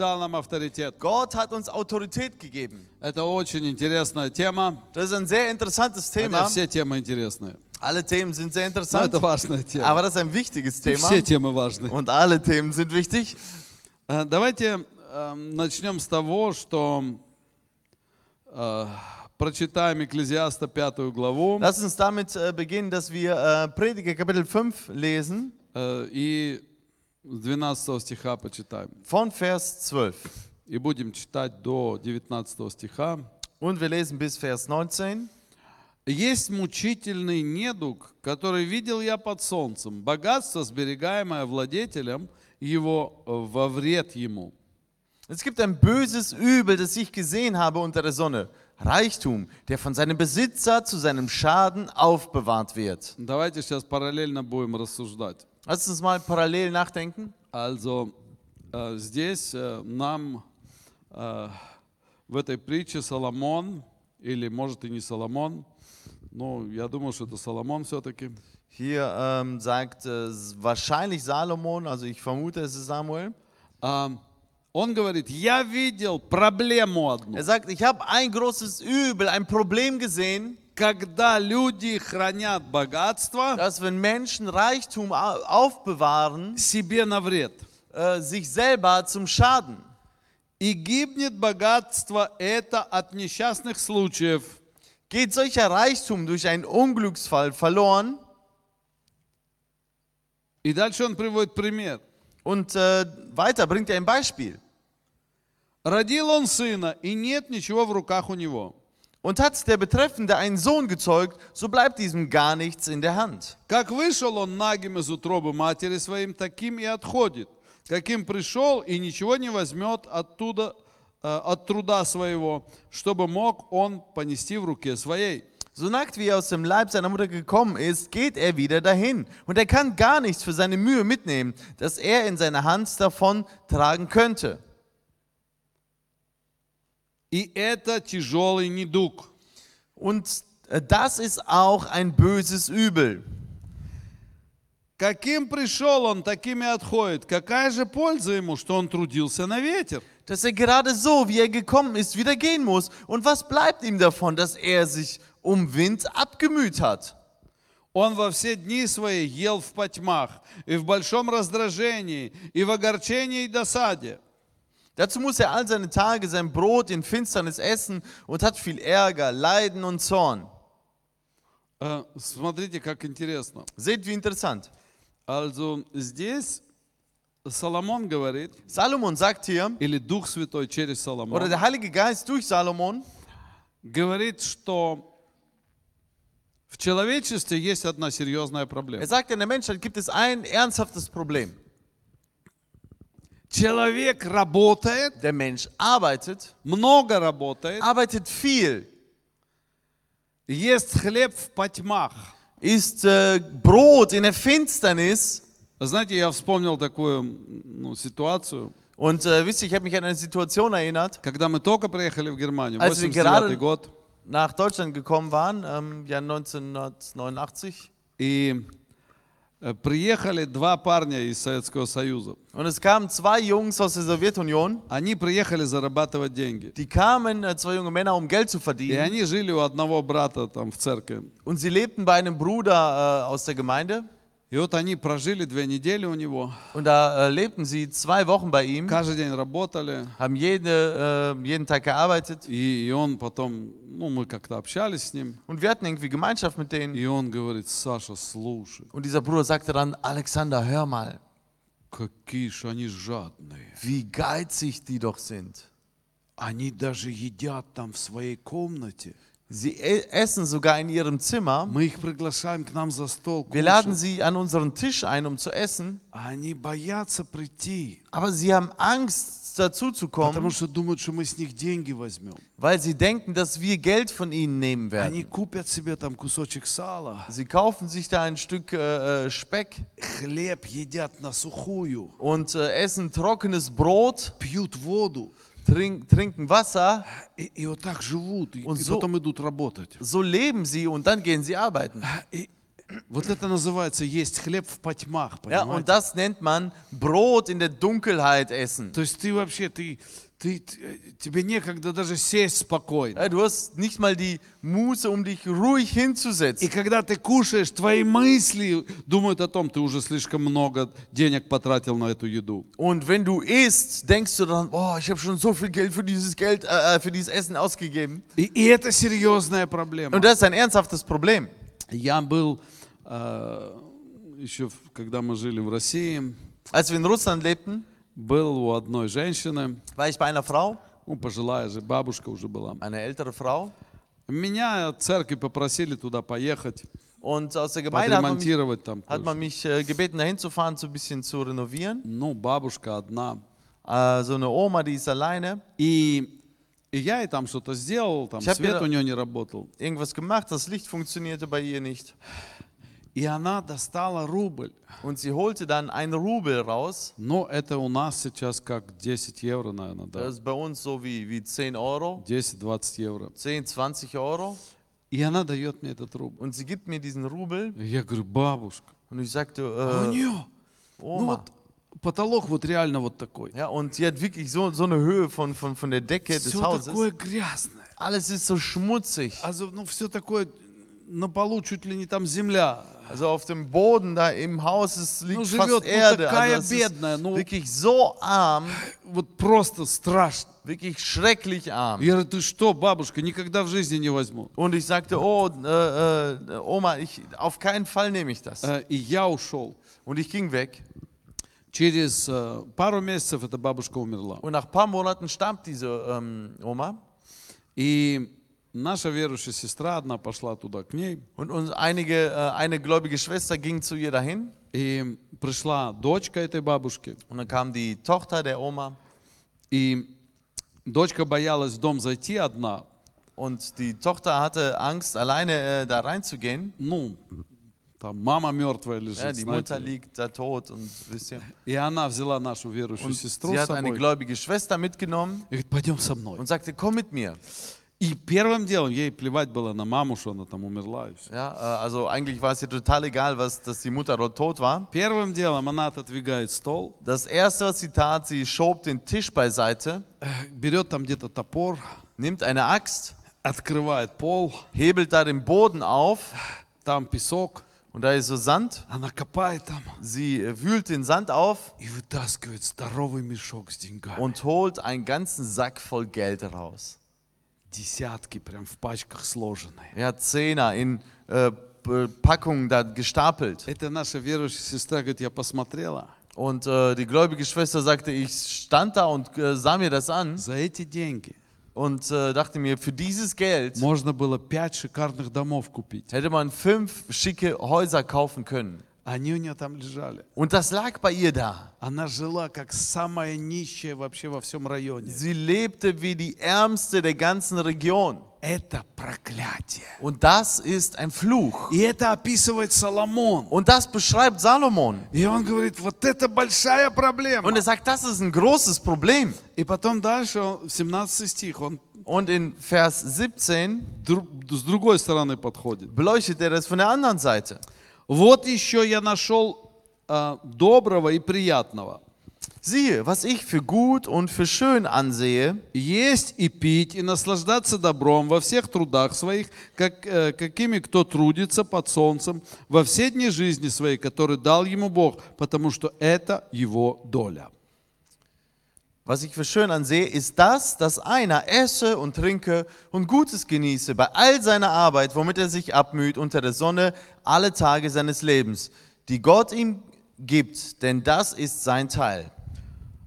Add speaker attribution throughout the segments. Speaker 1: дал нам авторитет.
Speaker 2: Gott hat uns Autorität gegeben.
Speaker 1: Это очень интересная тема.
Speaker 2: Das ist ein sehr interessantes
Speaker 1: Хотя
Speaker 2: Thema.
Speaker 1: все темы интересные.
Speaker 2: Alle Themen sind sehr
Speaker 1: Но
Speaker 2: interessant,
Speaker 1: это важная тема.
Speaker 2: aber das ist ein wichtiges Thema.
Speaker 1: Все темы важны.
Speaker 2: Und alle Themen sind wichtig.
Speaker 1: Э, Давайте э, начнем с того, что э, прочитаем Экклезиаста пятую главу
Speaker 2: Lass uns damit äh, beginnen, dass wir äh, Prediger Kapitel 5 lesen,
Speaker 1: э, и с 12 стиха почитаем.
Speaker 2: von Vers 12.
Speaker 1: И будем читать до 19 стиха.
Speaker 2: Und wir lesen bis Vers 19.
Speaker 1: Есть мучительный недуг, который видел я под солнцем, богатство, сберегаемое владетелем его э, во вред ему.
Speaker 2: Es gibt ein böses Übel, das ich gesehen habe unter der Sonne. Reichtum, der von seinem Besitzer zu seinem Schaden aufbewahrt wird.
Speaker 1: Давайте сейчас параллельно будем рассуждать.
Speaker 2: Lass uns mal parallel nachdenken.
Speaker 1: Also äh, здесь äh, нам äh, в этой притче Соломон, или может и не Соломон, но я думаю, что это Соломон все-таки,
Speaker 2: Hier ähm, sagt äh, wahrscheinlich Salomon, also ich vermute, es ist Samuel.
Speaker 1: а, он говорит, я видел проблему одну,
Speaker 2: Er sagt, ich habe ein großes Übel, ein Problem gesehen,
Speaker 1: когда люди хранят богатство
Speaker 2: dass wenn Menschen Reichtum au- aufbewahren,
Speaker 1: себе на вред.
Speaker 2: äh, sich selber zum Schaden.
Speaker 1: И гибнет богатство это от несчастных случаев,
Speaker 2: Geht solcher Reichtum durch einen Unglücksfall verloren?
Speaker 1: И дальше он приводит пример.
Speaker 2: Und äh, weiter bringt er ein Beispiel.
Speaker 1: Родил он сына, и нет ничего в руках у него.
Speaker 2: Und hat der Betreffende einen Sohn gezeugt, so bleibt diesem gar nichts in der Hand.
Speaker 1: Как вышел он нагим из утробы матери своим, таким и отходит. Каким пришел, и ничего не возьмет оттуда, э, от труда своего, чтобы мог он ponести в руке своей.
Speaker 2: So nackt wie er aus dem Leib seiner Mutter gekommen ist, geht er wieder dahin. Und er kann gar nichts für seine Mühe mitnehmen, das er in seiner Hand davon tragen könnte.
Speaker 1: И это тяжелый недуг.
Speaker 2: Und äh, das ist auch ein böses Übel.
Speaker 1: Каким пришел он, таким и отходит. Какая же польза ему, что он трудился на ветер?
Speaker 2: Dass er gerade so, wie er gekommen ist, wieder gehen muss. Und was bleibt ihm davon, dass er sich um Wind abgemüht hat?
Speaker 1: Он во все дни свои ел в потьмах, и в большом раздражении, и в огорчении и досаде.
Speaker 2: Dazu muss er all seine Tage sein Brot in Finsternis essen und hat viel Ärger, Leiden und Zorn.
Speaker 1: Э, Смотрите, как интересно.
Speaker 2: Seht, wie interessant.
Speaker 1: Also здесь Соломон говорит,
Speaker 2: Salomon sagt hier,
Speaker 1: или Дух Святой через
Speaker 2: oder
Speaker 1: Соломона,
Speaker 2: der Heilige Geist durch Salomon,
Speaker 1: говорит, что в человечестве есть одна серьезная
Speaker 2: er
Speaker 1: проблема.
Speaker 2: sagt, in der Menschheit gibt es ein ernsthaftes Problem.
Speaker 1: Человек работает,
Speaker 2: Der Mensch arbeitet,
Speaker 1: много работает,
Speaker 2: arbeitet viel,
Speaker 1: ест хлеб в потьмах.
Speaker 2: isst äh, Brot in der Finsternis.
Speaker 1: Знаете, я вспомнил такую ну, ситуацию,
Speaker 2: Und äh, wisst ihr, ich habe mich an eine Situation erinnert,
Speaker 1: когда мы только приехали в Германию,
Speaker 2: Also, wir
Speaker 1: 89
Speaker 2: gerade-
Speaker 1: год,
Speaker 2: nach Deutschland gekommen waren, ähm, Jahr 1989.
Speaker 1: и э, приехали два парня из Советского Союза.
Speaker 2: Und es kamen zwei Jungs aus der Sowjetunion,
Speaker 1: Они приехали зарабатывать деньги.
Speaker 2: die kamen, äh, zwei junge Männer, um Geld zu
Speaker 1: И
Speaker 2: verdienen.
Speaker 1: они жили у одного брата там в церкви.
Speaker 2: Und sie lebten bei einem Bruder äh, aus der Gemeinde.
Speaker 1: И вот они прожили две недели у него,
Speaker 2: Und da äh, lebten sie zwei Wochen bei ihm,
Speaker 1: каждый день работали.
Speaker 2: haben jede, äh, jeden Tag gearbeitet.
Speaker 1: И, и он потом, ну, мы как-то общались с ним.
Speaker 2: Und wir hatten irgendwie Gemeinschaft mit denen.
Speaker 1: И он говорит, Саша, слушай,
Speaker 2: Und dieser Bruder sagte dann, Alexander, hör mal,
Speaker 1: какие же они жадные.
Speaker 2: wie geizig die doch sind.
Speaker 1: Они даже едят там в своей комнате.
Speaker 2: Sie e essen sogar in ihrem Zimmer.
Speaker 1: Мы их приглашаем к нам за стол.
Speaker 2: Wir laden sie an unseren Tisch ein, um zu essen.
Speaker 1: А они боятся прийти,
Speaker 2: Aber sie haben Angst, dazu zu
Speaker 1: потому
Speaker 2: kommen,
Speaker 1: что думают, что мы с них деньги возьмем.
Speaker 2: weil sie denken, dass wir Geld von ihnen nehmen
Speaker 1: Они
Speaker 2: werden.
Speaker 1: купят себе там кусочек сала,
Speaker 2: Sie kaufen sich da ein Stück äh, äh, Speck
Speaker 1: хлеб едят на сухую,
Speaker 2: und äh, essen trockenes Brot,
Speaker 1: пьют воду
Speaker 2: trink trinken Wasser.
Speaker 1: и, и вот так живут, и,
Speaker 2: Он
Speaker 1: и
Speaker 2: зо-
Speaker 1: потом идут работать.
Speaker 2: А, So leben sie und dann gehen sie arbeiten.
Speaker 1: И Вот это называется есть хлеб в потьмах,
Speaker 2: Ja,
Speaker 1: понимаете?
Speaker 2: und das nennt man Brot in der Dunkelheit essen.
Speaker 1: То есть ты вообще, ты, ты, т- э, тебе некогда даже сесть спокойно.
Speaker 2: Ja, du hast nicht mal die Muße, um dich ruhig
Speaker 1: И
Speaker 2: hinzusetzen.
Speaker 1: когда ты кушаешь, твои мысли думают о том, ты уже слишком много денег потратил на эту еду.
Speaker 2: Und wenn du isst, denkst du dann, oh, ich habe schon so viel Geld für dieses Geld, äh, äh, für dieses Essen ausgegeben.
Speaker 1: И, и это серьезная проблема.
Speaker 2: Und das ist ein ernsthaftes Problem.
Speaker 1: Я был э, еще, в- когда мы жили в России,
Speaker 2: Als wir in Russland lebten,
Speaker 1: был у одной женщины,
Speaker 2: war ich bei einer Frau,
Speaker 1: ну, пожилая же бабушка уже была.
Speaker 2: eine ältere Frau,
Speaker 1: Меня от церкви попросили туда поехать,
Speaker 2: und aus der Gemeinde hat man mich,
Speaker 1: отремонтировать там.
Speaker 2: hat
Speaker 1: кое-что.
Speaker 2: man mich äh, gebeten, dahin zu fahren, so ein bisschen zu renovieren.
Speaker 1: Ну, бабушка одна.
Speaker 2: Äh, so eine Oma, die ist alleine,
Speaker 1: И, и я и там что-то сделал, там
Speaker 2: Сейчас
Speaker 1: свет
Speaker 2: пере-
Speaker 1: у нее не работал.
Speaker 2: irgendwas gemacht, das Licht funktionierte bei ihr nicht.
Speaker 1: И она достала рубль.
Speaker 2: Und sie holte dann einen Rubel raus,
Speaker 1: Ну, это у нас сейчас как 10 евро, наверное, да.
Speaker 2: das ist bei uns so wie, wie 10 Euro,
Speaker 1: 10-20 евро.
Speaker 2: 10, 20 Euro.
Speaker 1: И она дает мне этот рубль.
Speaker 2: Und sie gibt mir diesen Rubel
Speaker 1: И Я говорю, бабушка,
Speaker 2: und ich
Speaker 1: а у
Speaker 2: sagte, äh,
Speaker 1: нее, ну
Speaker 2: Oma.
Speaker 1: вот потолок вот реально вот такой.
Speaker 2: Ja, und sie hat wirklich so, so eine Höhe von, von, von der Decke des
Speaker 1: Все такое
Speaker 2: Hauses.
Speaker 1: грязное.
Speaker 2: Alles ist so schmutzig.
Speaker 1: А за- ну, все такое на полу чуть ли не там земля.
Speaker 2: Also auf dem Boden da im Haus es liegt
Speaker 1: Ну, живет, ну,
Speaker 2: fast Erde.
Speaker 1: такая
Speaker 2: Also es
Speaker 1: бедная,
Speaker 2: ist
Speaker 1: ну.
Speaker 2: wirklich so arm,
Speaker 1: Вот просто страшно.
Speaker 2: wirklich schrecklich arm.
Speaker 1: Я говорю, ты что, бабушка, никогда в жизни не возьму.
Speaker 2: Und ich sagte, oh, äh, äh, Oma, ich, auf keinen Fall nehme ich das.
Speaker 1: Э, И я ушел.
Speaker 2: Und ich ging weg.
Speaker 1: Через э, пару месяцев эта бабушка умерла.
Speaker 2: Und nach ein paar Monaten starb diese ähm, Oma.
Speaker 1: И наша верующая сестра одна пошла туда к ней.
Speaker 2: Und, und einige, äh, eine gläubige Schwester ging zu ihr dahin.
Speaker 1: И пришла дочка этой бабушки.
Speaker 2: Und dann kam die Tochter der Oma.
Speaker 1: И дочка боялась в дом зайти одна.
Speaker 2: Und die Tochter hatte Angst, alleine äh, da reinzugehen.
Speaker 1: Ну, там мама мертвая
Speaker 2: Ja,
Speaker 1: лежит.
Speaker 2: die
Speaker 1: знаете
Speaker 2: Mutter
Speaker 1: ли.
Speaker 2: liegt da tot und wisst ihr.
Speaker 1: И она взяла нашу верующую
Speaker 2: Und
Speaker 1: сестру
Speaker 2: sie
Speaker 1: с
Speaker 2: hat eine
Speaker 1: собой.
Speaker 2: gläubige Schwester mitgenommen
Speaker 1: И говорит, пойдем со мной.
Speaker 2: und sagte, komm mit mir.
Speaker 1: И первым делом ей плевать было на маму, что она там умерла. И всё.
Speaker 2: Ja, äh, also eigentlich war es ihr total egal, was, dass die Mutter dort tot war.
Speaker 1: Первым делом она отодвигает стол,
Speaker 2: Das erste, was sie tat, sie schob den Tisch beiseite,
Speaker 1: э, берет там где-то топор,
Speaker 2: nimmt eine Axt,
Speaker 1: открывает пол,
Speaker 2: hebelt da den Boden auf
Speaker 1: там песок,
Speaker 2: und da ist so Sand.
Speaker 1: она копает там
Speaker 2: Sie äh, wühlt den Sand auf
Speaker 1: и вытаскивает здоровый мешок с деньгами.
Speaker 2: und holt einen ganzen Sack voll Geld raus.
Speaker 1: Десятки прям в пачках сложенные.
Speaker 2: Ja, Zehner in äh, P- Packungen da gestapelt.
Speaker 1: Это наша верующая сестра говорит, я посмотрела,
Speaker 2: Und äh, die gläubige Schwester sagte, ich stand da und äh, sah mir das an
Speaker 1: за эти деньги
Speaker 2: und äh, dachte mir, für dieses Geld
Speaker 1: можно было пять шикарных домов купить.
Speaker 2: hätte man fünf schicke Häuser kaufen können.
Speaker 1: Они у нее там лежали.
Speaker 2: Und das lag bei ihr da.
Speaker 1: Она жила как самая нищая вообще во всем районе.
Speaker 2: Sie lebte wie die Ärmste der ganzen Region.
Speaker 1: Это проклятие.
Speaker 2: Und das ist ein Fluch.
Speaker 1: И это описывает Соломон.
Speaker 2: Und das beschreibt Salomon.
Speaker 1: И он говорит, вот это большая проблема.
Speaker 2: Und er sagt, das ist ein großes Problem.
Speaker 1: И потом дальше, он- 17 стих, он
Speaker 2: Und in Vers 17
Speaker 1: дру- с другой стороны подходит.
Speaker 2: beleuchtet er das von der anderen Seite.
Speaker 1: Вот еще я нашел а, доброго и приятного.
Speaker 2: Siehe, was ich für gut und für schön ansehe,
Speaker 1: Есть и пить, и наслаждаться добром во всех трудах своих, как, э, какими кто трудится под солнцем, во все дни жизни своей, которые дал ему Бог, потому что это его доля.
Speaker 2: Was ich für schön ansehe, ist das, dass einer esse und trinke und Gutes genieße bei all seiner Arbeit, womit er sich abmüht unter der Sonne alle Tage seines Lebens, die Gott ihm gibt, denn das ist sein Teil.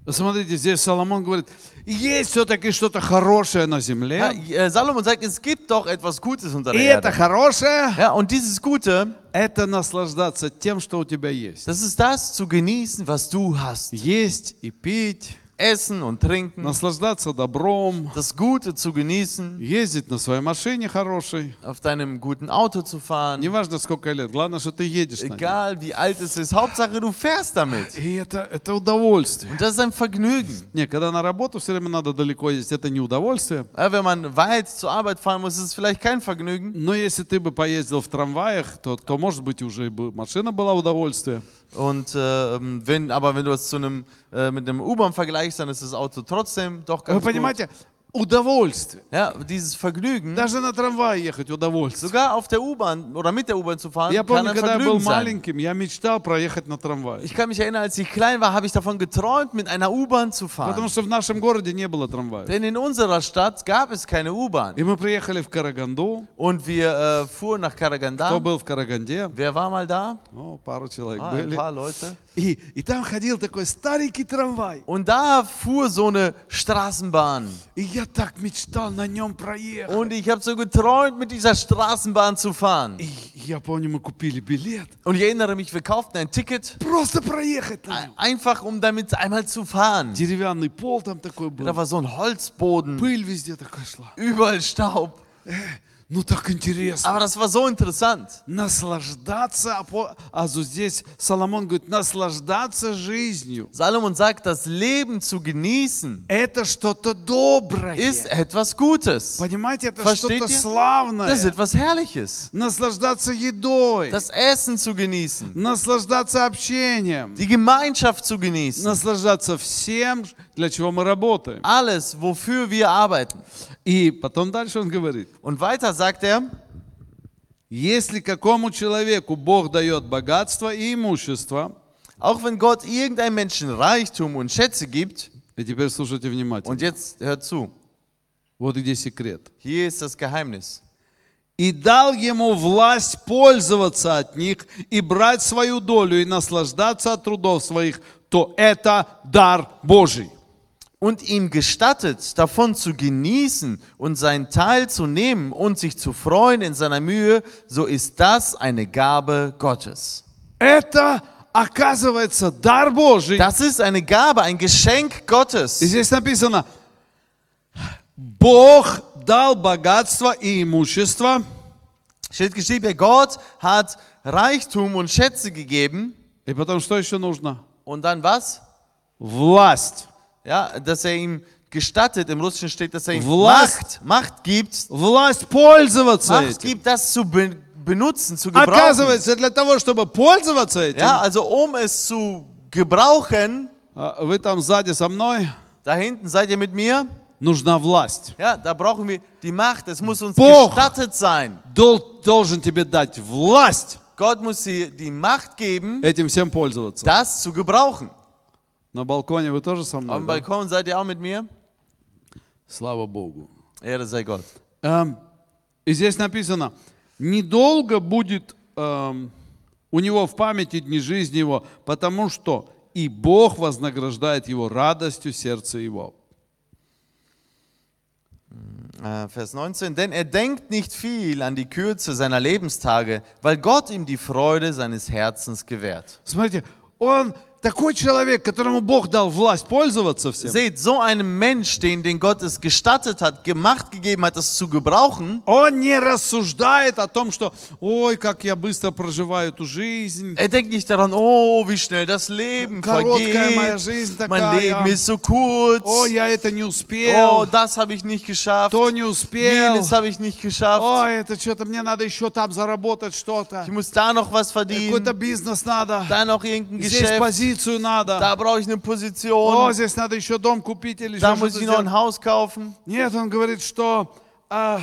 Speaker 1: Смотрите, здесь Соломон говорит, есть все-таки что-то хорошее на
Speaker 2: Ja,
Speaker 1: земле,
Speaker 2: äh, Salomon sagt, es gibt doch etwas Gutes unter
Speaker 1: и
Speaker 2: der
Speaker 1: это
Speaker 2: Erde.
Speaker 1: хорошее,
Speaker 2: Ja, und dieses Gute,
Speaker 1: это наслаждаться тем, что у тебя есть.
Speaker 2: das ist das zu genießen, was du hast.
Speaker 1: Есть и пить,
Speaker 2: Essen und Trinken,
Speaker 1: наслаждаться добром,
Speaker 2: das Gute zu genießen,
Speaker 1: ездить на своей машине хорошей.
Speaker 2: auf deinem guten Auto zu fahren.
Speaker 1: Неважно, сколько лет, главное, что ты едешь на ней.
Speaker 2: Egal wie alt es ist, Hauptsache du fährst damit.
Speaker 1: И это, это удовольствие.
Speaker 2: Und das ist ein Vergnügen.
Speaker 1: Не, когда на работу все время надо далеко ездить, это не удовольствие.
Speaker 2: Ja, wenn man weit zur Arbeit fahren muss, ist es vielleicht kein Vergnügen.
Speaker 1: Но если ты бы поездил в трамваях, то, то может быть, уже бы машина была удовольствие.
Speaker 2: Und äh, ähm, wenn, aber wenn du es zu einem, äh, mit einem U-Bahn vergleichst, dann ist das Auto trotzdem doch
Speaker 1: Вы
Speaker 2: ganz gut.
Speaker 1: понимаете, удовольствие.
Speaker 2: Ja, dieses Vergnügen,
Speaker 1: Даже на трамвае ехать удовольствие.
Speaker 2: sogar auf der U-Bahn oder mit der U-Bahn zu fahren,
Speaker 1: Я
Speaker 2: kann
Speaker 1: помню,
Speaker 2: ein
Speaker 1: когда я был
Speaker 2: Vergnügen sein.
Speaker 1: маленьким, я мечтал проехать на трамвае.
Speaker 2: Ich kann mich erinnern, als ich klein war, habe ich davon geträumt, mit einer U-Bahn zu
Speaker 1: Потому
Speaker 2: fahren.
Speaker 1: что в нашем городе не было трамвая.
Speaker 2: Denn in unserer Stadt gab es keine U-Bahn.
Speaker 1: И мы приехали в Караганду.
Speaker 2: Und wir äh, fuhren nach
Speaker 1: Кто
Speaker 2: Karaganda.
Speaker 1: был в Караганде?
Speaker 2: Wer war mal da?
Speaker 1: Ну, пару человек
Speaker 2: Ah, ein
Speaker 1: были.
Speaker 2: paar Leute.
Speaker 1: И, и там ходил такой старенький трамвай.
Speaker 2: Und da fuhr so eine Straßenbahn.
Speaker 1: И я так мечтал на нем проехать.
Speaker 2: Und ich habe so geträumt, mit dieser Straßenbahn zu fahren.
Speaker 1: И я помню, мы купили билет.
Speaker 2: Und ich erinnere mich, wir kauften ein Ticket,
Speaker 1: Просто проехать на
Speaker 2: ein-
Speaker 1: нем.
Speaker 2: einfach um damit einmal zu fahren.
Speaker 1: Деревянный пол там такой был.
Speaker 2: Da war so ein Holzboden,
Speaker 1: Пыль везде такая шла.
Speaker 2: überall Staub.
Speaker 1: Ну так интересно.
Speaker 2: Aber das war so interessant.
Speaker 1: Наслаждаться. апо- А зу- здесь Соломон говорит, наслаждаться жизнью.
Speaker 2: Salomon sagt, das Leben zu genießen
Speaker 1: Это что-то доброе.
Speaker 2: ist etwas Gutes.
Speaker 1: Понимаете, это
Speaker 2: Versteht
Speaker 1: что-то
Speaker 2: ihr?
Speaker 1: славное.
Speaker 2: Das ist etwas Herrliches.
Speaker 1: Наслаждаться едой.
Speaker 2: Das Essen zu genießen,
Speaker 1: Наслаждаться общением.
Speaker 2: die Gemeinschaft zu genießen,
Speaker 1: Наслаждаться всем, для чего мы работаем.
Speaker 2: alles, wofür wir arbeiten.
Speaker 1: И потом дальше он говорит.
Speaker 2: Und weiter sagt er,
Speaker 1: Если какому человеку Бог дает богатство и имущество,
Speaker 2: auch wenn Gott irgendeinem Menschen Reichtum und Schätze gibt,
Speaker 1: и теперь слушайте внимательно,
Speaker 2: und jetzt hört zu,
Speaker 1: вот где секрет.
Speaker 2: Hier ist das Geheimnis.
Speaker 1: И дал ему власть пользоваться от них и брать свою долю и наслаждаться от трудов своих, то это дар Божий.
Speaker 2: Und ihm gestattet, davon zu genießen und seinen Teil zu nehmen und sich zu freuen in seiner Mühe, so ist das eine Gabe Gottes.
Speaker 1: Это, оказывается, дар Божий.
Speaker 2: Das ist eine Gabe, ein Geschenk
Speaker 1: И
Speaker 2: Gottes.
Speaker 1: здесь написано, Бог дал богатство и имущество,
Speaker 2: Steht geschrieben, Gott hat Reichtum und Schätze gegeben.
Speaker 1: и потом что еще нужно?
Speaker 2: Und dann was?
Speaker 1: Власть.
Speaker 2: Ja, dass er ihm gestattet, im Russischen steht, dass er ihm
Speaker 1: Власть.
Speaker 2: Macht, Macht gibt,
Speaker 1: Власть пользоваться
Speaker 2: Macht
Speaker 1: этим.
Speaker 2: gibt, das zu be benutzen, zu gebrauchen.
Speaker 1: Оказывается, для того, чтобы пользоваться этим,
Speaker 2: Ja, also um es zu gebrauchen,
Speaker 1: а, вы там сзади со мной,
Speaker 2: Da hinten seid ihr mit mir?
Speaker 1: нужна власть.
Speaker 2: Ja, da brauchen wir die Macht. Es muss uns
Speaker 1: Boah.
Speaker 2: gestattet sein.
Speaker 1: Дол- должен тебе дать власть
Speaker 2: Gott muss dir die Macht geben,
Speaker 1: этим всем пользоваться.
Speaker 2: das zu gebrauchen.
Speaker 1: На балконе вы тоже со
Speaker 2: Auf
Speaker 1: мной?
Speaker 2: dem
Speaker 1: да?
Speaker 2: Balkon seid ihr auch mit mir?
Speaker 1: Слава Богу.
Speaker 2: Ehre sei Gott.
Speaker 1: Эм, и здесь написано, недолго будет эм, у него в памяти дни жизни его, потому что и Бог вознаграждает его радостью сердца его.
Speaker 2: Äh, Vers 19. Denn er denkt nicht viel an die Kürze seiner Lebenstage, weil Gott ihm die Freude seines Herzens gewährt.
Speaker 1: Смотрите, он такой человек, которому Бог дал власть пользоваться всем.
Speaker 2: Seht, so einem Mensch, den, den Gott es gestattet hat, gemacht gegeben hat, es zu gebrauchen,
Speaker 1: Он не рассуждает о том, что, ой, как я быстро проживаю эту жизнь.
Speaker 2: Er denkt nicht daran, oh, wie schnell das Leben
Speaker 1: Короткая моя жизнь такая.
Speaker 2: vergeht. Mein Leben ist so kurz.
Speaker 1: О, я это не
Speaker 2: Oh,
Speaker 1: успел,
Speaker 2: das habe ich nicht geschafft.
Speaker 1: то не успел.
Speaker 2: Jenes habe ich nicht geschafft.
Speaker 1: Ой, это что-то, мне надо еще там заработать что-то.
Speaker 2: Ich muss da noch was
Speaker 1: Какой-то
Speaker 2: verdienen.
Speaker 1: бизнес надо.
Speaker 2: Da noch irgendein
Speaker 1: Здесь
Speaker 2: Geschäft.
Speaker 1: позицию надо.
Speaker 2: Da brauche ich eine
Speaker 1: О,
Speaker 2: Position.
Speaker 1: здесь надо еще дом купить или
Speaker 2: Da
Speaker 1: еще
Speaker 2: muss
Speaker 1: что-то
Speaker 2: ich noch ein
Speaker 1: сделать.
Speaker 2: Haus kaufen.
Speaker 1: Нет, он говорит, что а,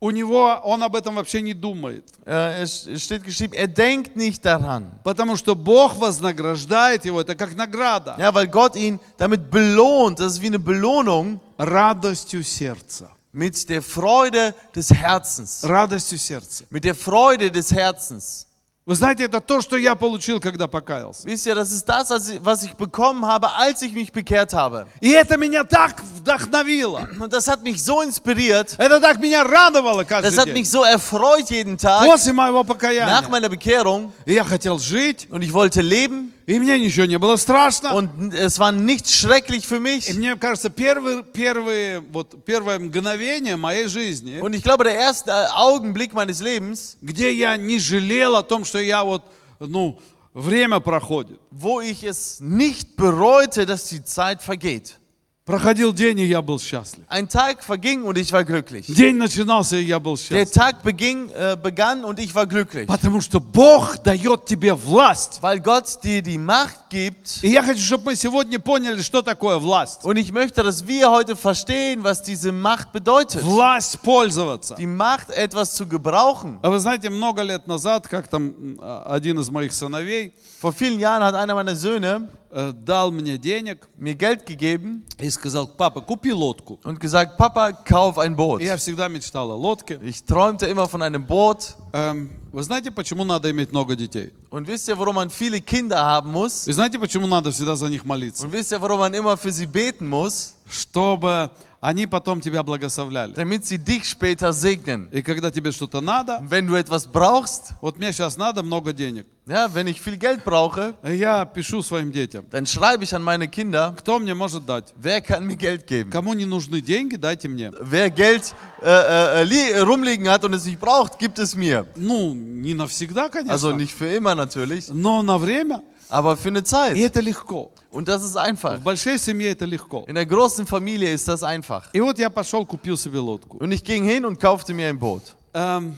Speaker 1: у него, он об этом вообще не думает.
Speaker 2: Äh, Es es steht geschrieben, er denkt nicht daran.
Speaker 1: Потому что Бог вознаграждает его, это как награда.
Speaker 2: Ja, weil Gott ihn damit belohnt. Das ist wie eine Belohnung
Speaker 1: Радостью сердца.
Speaker 2: mit der Freude des Herzens.
Speaker 1: Радостью сердца.
Speaker 2: Mit der Freude des Herzens.
Speaker 1: Вы знаете, это то, что я получил, когда покаялся.
Speaker 2: Wisst ihr, das ist das, als ich- was ich bekommen habe, als ich mich bekehrt habe.
Speaker 1: И это меня так вдохновило.
Speaker 2: Und das hat mich so inspiriert.
Speaker 1: Это так меня радовало
Speaker 2: Das
Speaker 1: каждый
Speaker 2: hat
Speaker 1: день.
Speaker 2: mich so erfreut jeden Tag.
Speaker 1: После моего
Speaker 2: Nach
Speaker 1: покаяния.
Speaker 2: meiner Bekehrung.
Speaker 1: И я хотел жить,
Speaker 2: Und ich wollte leben.
Speaker 1: И мне ничего не было страшно.
Speaker 2: Und es war nicht schrecklich für
Speaker 1: И
Speaker 2: mich.
Speaker 1: мне кажется, первые, первые, вот, первое мгновение моей жизни,
Speaker 2: Und ich glaube, der erste äh, Augenblick meines Lebens,
Speaker 1: где я не жалел о том, что я вот, ну, время проходит.
Speaker 2: wo ich es nicht bereute, dass die Zeit vergeht.
Speaker 1: Проходил день, и я был счастлив.
Speaker 2: Ein Tag verging und ich war glücklich.
Speaker 1: День начинался, и я был
Speaker 2: Der
Speaker 1: счастлив.
Speaker 2: Tag beging, äh, begann und ich war glücklich,
Speaker 1: Потому что Бог дает тебе власть.
Speaker 2: weil Gott dir die Macht gibt.
Speaker 1: И я хочу, чтобы мы сегодня поняли, что такое власть.
Speaker 2: Und ich möchte, dass wir heute verstehen, was diese Macht bedeutet.
Speaker 1: Власть пользоваться.
Speaker 2: Die Macht, etwas zu gebrauchen.
Speaker 1: А вы знаете, много лет назад, как там м, а, один из моих сыновей
Speaker 2: Vor vielen Jahren hat einer meiner Söhne
Speaker 1: э, dal мне денег
Speaker 2: mir Geld gegeben
Speaker 1: и сказал, папа, купи лодку.
Speaker 2: und gesagt, Papa, kauf ein Boot.
Speaker 1: И я всегда мечтал о лодке.
Speaker 2: Ich träumte immer von einem Boot.
Speaker 1: Эм, Вы знаете, почему надо иметь много детей?
Speaker 2: Und wisst ihr, warum man viele Kinder haben muss?
Speaker 1: И знаете, почему надо всегда за них молиться?
Speaker 2: Und wisst ihr, warum man immer für sie beten muss?
Speaker 1: Чтобы они потом тебя благословляли.
Speaker 2: Damit sie dich später segnen.
Speaker 1: И когда тебе что-то надо,
Speaker 2: Und wenn du etwas brauchst,
Speaker 1: вот мне сейчас надо много денег.
Speaker 2: ja, wenn ich viel Geld brauche,
Speaker 1: И Я пишу своим детям,
Speaker 2: dann schreibe ich an meine Kinder,
Speaker 1: кто мне может дать?
Speaker 2: wer kann mir Geld geben?
Speaker 1: Кому не нужны деньги, дайте мне.
Speaker 2: Wer Geld äh, äh, li- rumliegen hat und es nicht braucht, gibt es mir.
Speaker 1: Ну, не навсегда,
Speaker 2: Also
Speaker 1: конечно,
Speaker 2: nicht für immer natürlich,
Speaker 1: но на время.
Speaker 2: aber für eine
Speaker 1: И
Speaker 2: Zeit.
Speaker 1: это легко.
Speaker 2: Und das ist
Speaker 1: В
Speaker 2: einfach.
Speaker 1: большой семье это легко.
Speaker 2: In der großen Familie ist das einfach.
Speaker 1: И вот я пошел, купил себе лодку.
Speaker 2: Und ich ging hin und kaufte mir ein Boot.
Speaker 1: Эм,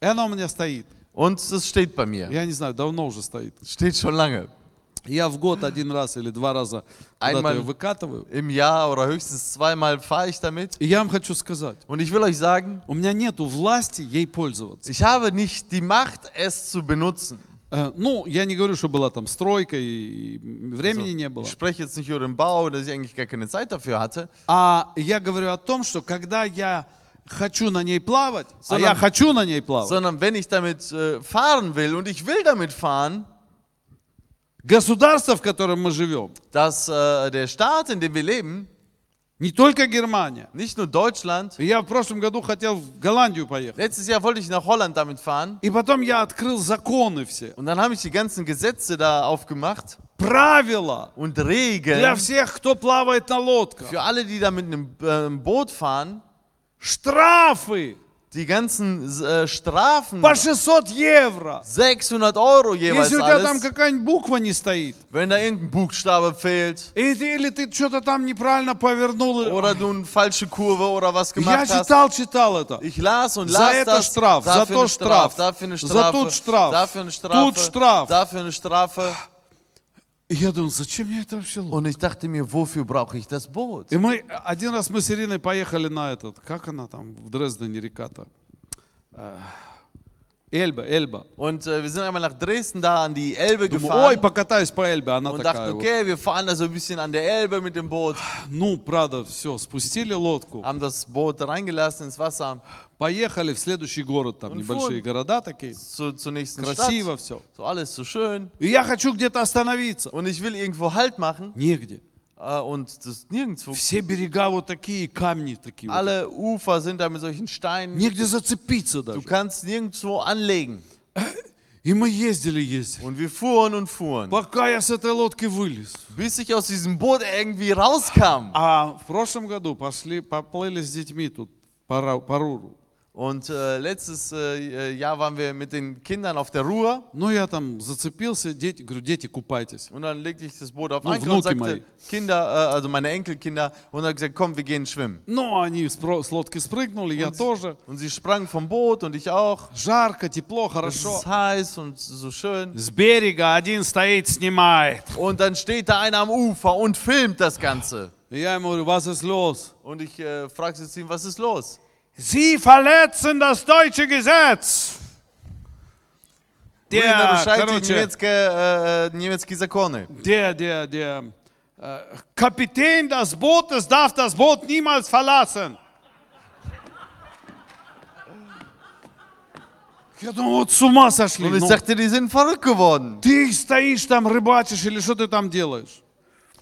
Speaker 1: и она у меня стоит.
Speaker 2: Und es steht bei mir.
Speaker 1: Я не знаю, давно уже стоит.
Speaker 2: Steht schon lange.
Speaker 1: Я в год один раз или два раза
Speaker 2: Ein
Speaker 1: куда-то
Speaker 2: Mann.
Speaker 1: ее выкатываю.
Speaker 2: Im Jahr oder höchstens zweimal fahre ich damit.
Speaker 1: И я вам хочу сказать,
Speaker 2: Und ich will euch sagen,
Speaker 1: у меня нету власти ей пользоваться.
Speaker 2: ich habe nicht die Macht, es zu benutzen.
Speaker 1: Э, ну, я не говорю, что была там стройка и времени не было.
Speaker 2: Ich spreche jetzt nicht über den Bau, dass ich eigentlich gar keine Zeit dafür hatte.
Speaker 1: А я говорю о том, что когда я хочу на ней плавать, а
Speaker 2: Sondern-
Speaker 1: я хочу на ней плавать,
Speaker 2: Sondern wenn ich damit äh, fahren will und ich will damit fahren,
Speaker 1: государство, в котором мы живем,
Speaker 2: dass äh, der Staat, in dem wir leben,
Speaker 1: не только Германия.
Speaker 2: nicht nur Deutschland,
Speaker 1: И Я в прошлом году хотел в Голландию поехать.
Speaker 2: letztes Jahr wollte ich nach Holland damit fahren
Speaker 1: И потом я открыл законы все,
Speaker 2: und dann habe ich die ganzen Gesetze da aufgemacht
Speaker 1: правила
Speaker 2: und
Speaker 1: для
Speaker 2: Regeln
Speaker 1: всех, кто плавает на лодках,
Speaker 2: für alle, die da mit einem äh, Boot fahren,
Speaker 1: штрафы
Speaker 2: die ganzen äh, Strafen,
Speaker 1: по 600 евро.
Speaker 2: 600 Euro jeweils
Speaker 1: Если у тебя там
Speaker 2: alles,
Speaker 1: какая-нибудь буква не стоит,
Speaker 2: wenn da irgendein Buchstabe fehlt
Speaker 1: и ты- или ты что-то там неправильно повернул.
Speaker 2: oder du eine falsche Kurve oder was
Speaker 1: Я
Speaker 2: gemacht hast.
Speaker 1: читал, читал это.
Speaker 2: Ich las und
Speaker 1: За
Speaker 2: las
Speaker 1: это
Speaker 2: das,
Speaker 1: Straf, за
Speaker 2: dafür
Speaker 1: то
Speaker 2: eine Strafe,
Speaker 1: Straf,
Speaker 2: dafür eine
Speaker 1: за
Speaker 2: Strafe,
Speaker 1: тут Straf,
Speaker 2: dafür eine
Speaker 1: тут
Speaker 2: Strafe,
Speaker 1: Straf.
Speaker 2: dafür eine Strafe.
Speaker 1: И я думал, зачем мне это вообще лодка?
Speaker 2: Und ich dachte mir, wofür brauche ich das Boot?
Speaker 1: И мы один раз мы с Ириной поехали на этот, как она там в Дрездене река-то? Э, Эльба, Эльба.
Speaker 2: Und äh, wir sind einmal nach Dresden da an die Elbe
Speaker 1: Думаю, ой,
Speaker 2: gefahren
Speaker 1: покатаюсь по Эльбе, она
Speaker 2: und
Speaker 1: такая
Speaker 2: dachten,
Speaker 1: вот.
Speaker 2: okay, wir fahren da so ein bisschen an der Elbe mit dem Boot.
Speaker 1: Ну, правда, все, спустили лодку,
Speaker 2: Haben das Boot da reingelassen ins Wasser
Speaker 1: поехали в следующий город, там небольшие
Speaker 2: вон.
Speaker 1: города такие,
Speaker 2: zu, zur nächsten
Speaker 1: красиво
Speaker 2: Stadt.
Speaker 1: все.
Speaker 2: So alles so schön.
Speaker 1: И я хочу где-то остановиться.
Speaker 2: Und ich will irgendwo Halt machen
Speaker 1: Негде.
Speaker 2: äh, und das nirgendwo.
Speaker 1: Все берега вот такие, камни такие. вот.
Speaker 2: Alle Ufer sind da mit solchen Steinen.
Speaker 1: Негде зацепиться даже.
Speaker 2: Du kannst nirgendwo anlegen.
Speaker 1: И мы ездили, ездили.
Speaker 2: Und wir fuhren und fuhren,
Speaker 1: Пока я с этой лодки вылез.
Speaker 2: bis ich aus diesem Boot irgendwie rauskam.
Speaker 1: А в прошлом году пошли, поплыли с детьми тут по, Ра- по Руру.
Speaker 2: Und äh, letztes äh, Jahr waren wir mit den Kindern auf der Ruhr.
Speaker 1: Ну, я там zацепился, дети, говорю, дети, купайтесь.
Speaker 2: Und dann legte ich das Boot auf
Speaker 1: Nur
Speaker 2: Anker und
Speaker 1: Wnuki
Speaker 2: sagte, Kinder, äh, also meine Enkelkinder, und hat gesagt, komm, wir gehen schwimmen.
Speaker 1: Ну, они с, про- с лодки спрыгнули, я тоже.
Speaker 2: Und sie sprangen vom Boot und ich auch.
Speaker 1: Жарко, тепло,
Speaker 2: Es
Speaker 1: хорошо.
Speaker 2: ist heiß und so schön.
Speaker 1: С берега один стоит, снимает.
Speaker 2: Und dann steht da einer am Ufer und filmt das Ganze.
Speaker 1: И я ему говорю, was ist los?
Speaker 2: Und ich äh, frage Cecilien, was ist los?
Speaker 1: Sie verletzen das deutsche Gesetz.
Speaker 2: Вы
Speaker 1: Der,
Speaker 2: нарушаете
Speaker 1: короче,
Speaker 2: немецкие, äh, немецкие законы.
Speaker 1: der, der, der äh, Kapitän des Bootes darf das Boot niemals verlassen. Я думаю, вот с ума сошли.
Speaker 2: Und ich
Speaker 1: ну.
Speaker 2: sagte, die sind verrückt geworden.
Speaker 1: ты стоишь там, рыбачишь или что ты там делаешь?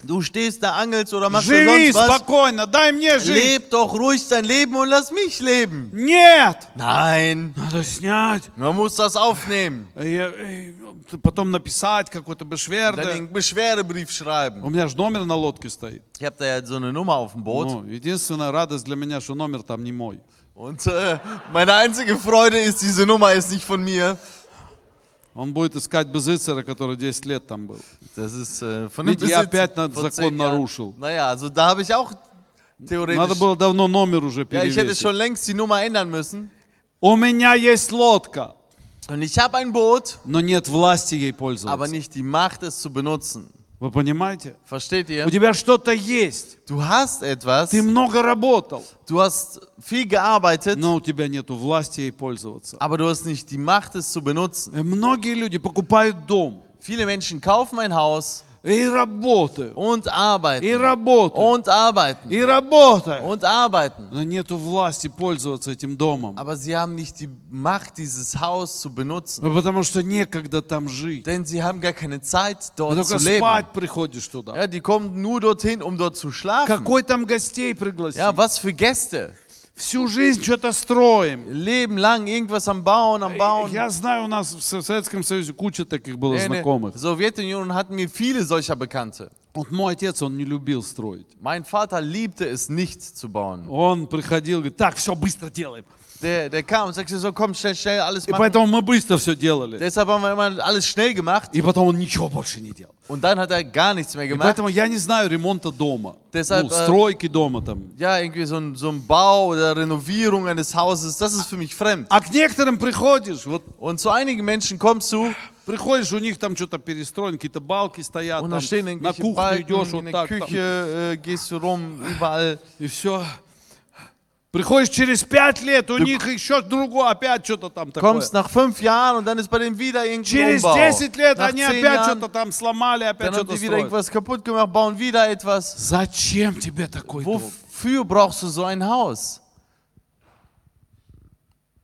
Speaker 2: Du stehst da, angelst oder machst du
Speaker 1: Живи
Speaker 2: sonst was.
Speaker 1: спокойно, дай мне жить.
Speaker 2: Leb doch ruhig dein Leben und lass mich leben.
Speaker 1: Нет!
Speaker 2: Nein,
Speaker 1: Надо снять.
Speaker 2: man muss das aufnehmen.
Speaker 1: Я, э, т- потом написать какой-то
Speaker 2: Und dann
Speaker 1: бешверде.
Speaker 2: den Beschwerdebrief schreiben.
Speaker 1: У меня же номер на лодке стоит.
Speaker 2: Ich habe da ja so eine Nummer auf dem Boot.
Speaker 1: Ну, единственная радость для меня, что номер там не мой.
Speaker 2: Und äh, meine einzige Freude ist, diese Nummer ist nicht von mir.
Speaker 1: Он будет искать Безыцера, который 10 лет там был.
Speaker 2: Das ist äh, von
Speaker 1: Mit ihr опять
Speaker 2: von
Speaker 1: Закон
Speaker 2: 10 Jahren.
Speaker 1: нарушил.
Speaker 2: Naja, also da habe ich auch theoretisch...
Speaker 1: Надо было давно номер уже
Speaker 2: ja, ich hätte
Speaker 1: перевесить.
Speaker 2: schon längst die Nummer ändern müssen.
Speaker 1: У меня есть лодка,
Speaker 2: Und ich habe ein Boot,
Speaker 1: но нет власти ей
Speaker 2: aber
Speaker 1: пользоваться.
Speaker 2: nicht die Macht, es zu benutzen.
Speaker 1: Вы понимаете?
Speaker 2: Versteht
Speaker 1: У
Speaker 2: ihr?
Speaker 1: тебя что-то есть,
Speaker 2: Du hast etwas,
Speaker 1: ты много работал,
Speaker 2: du hast viel gearbeitet,
Speaker 1: но у тебя нет власти ей пользоваться.
Speaker 2: aber du hast nicht die Macht, es zu benutzen.
Speaker 1: Э, Многие люди покупают дом
Speaker 2: Viele Menschen kaufen ein Haus
Speaker 1: и работают,
Speaker 2: und
Speaker 1: и
Speaker 2: arbeiten
Speaker 1: работают,
Speaker 2: und arbeiten
Speaker 1: и работают,
Speaker 2: und arbeiten,
Speaker 1: но нету власти пользоваться этим домом,
Speaker 2: aber sie haben nicht die Macht, dieses Haus zu benutzen,
Speaker 1: Ну, потому что некогда там жить.
Speaker 2: denn sie haben gar keine Zeit,
Speaker 1: Ты
Speaker 2: dort zu
Speaker 1: только
Speaker 2: leben.
Speaker 1: спать приходишь туда.
Speaker 2: Ja, die kommen nur dorthin, um dort zu schlafen.
Speaker 1: Какой там гостей пригласить?
Speaker 2: Ja, was für Gäste.
Speaker 1: Всю жизнь что-то строим.
Speaker 2: Leben lang irgendwas am Bauen, am Bauen.
Speaker 1: Я знаю, у нас в Со- Советском Союзе куча таких было
Speaker 2: In der
Speaker 1: знакомых.
Speaker 2: Sowjetunion hatten wir viele solcher Bekannte.
Speaker 1: Вот мой отец, он не любил строить.
Speaker 2: Mein Vater liebte es nicht zu bauen.
Speaker 1: Он приходил, говорит, так, все быстро делаем.
Speaker 2: Der, der kam und sagte so, komm schnell, schnell, alles
Speaker 1: И
Speaker 2: machen.
Speaker 1: поэтому мы быстро все делали.
Speaker 2: Deshalb haben wir immer alles schnell gemacht
Speaker 1: И потом он ничего больше не делал.
Speaker 2: und dann hat er gar nichts mehr
Speaker 1: И
Speaker 2: gemacht.
Speaker 1: поэтому я не знаю ремонта дома.
Speaker 2: Deshalb,
Speaker 1: Ну,
Speaker 2: э,
Speaker 1: стройки дома там.
Speaker 2: Ja, irgendwie so ein, so ein Bau oder Renovierung eines Hauses, das ist für mich fremd.
Speaker 1: А к некоторым приходишь, вот
Speaker 2: Und zu einigen Menschen kommst du
Speaker 1: приходишь, у них там что-то перестроено, какие-то балки стоят,
Speaker 2: und
Speaker 1: там,
Speaker 2: da stehen
Speaker 1: на
Speaker 2: irgendwelche
Speaker 1: кухню
Speaker 2: Balken,
Speaker 1: идешь
Speaker 2: in
Speaker 1: вот
Speaker 2: der
Speaker 1: так, там,
Speaker 2: Küche äh, gehst du rum, überall.
Speaker 1: и все. Приходишь через пять лет, у них еще другое, опять что-то там такое.
Speaker 2: Kommst nach fünf Jahren und dann ist bei denen wieder irgendein
Speaker 1: Через
Speaker 2: Umbau.
Speaker 1: 10 лет
Speaker 2: Nach
Speaker 1: они
Speaker 2: 10
Speaker 1: опять
Speaker 2: Jahren,
Speaker 1: что-то там сломали, опять
Speaker 2: dann haben
Speaker 1: что-то
Speaker 2: die wieder
Speaker 1: строят.
Speaker 2: irgendwas kaputt gemacht, bauen wieder etwas.
Speaker 1: Зачем тебе такой дом?
Speaker 2: Wofür brauchst du so ein Haus?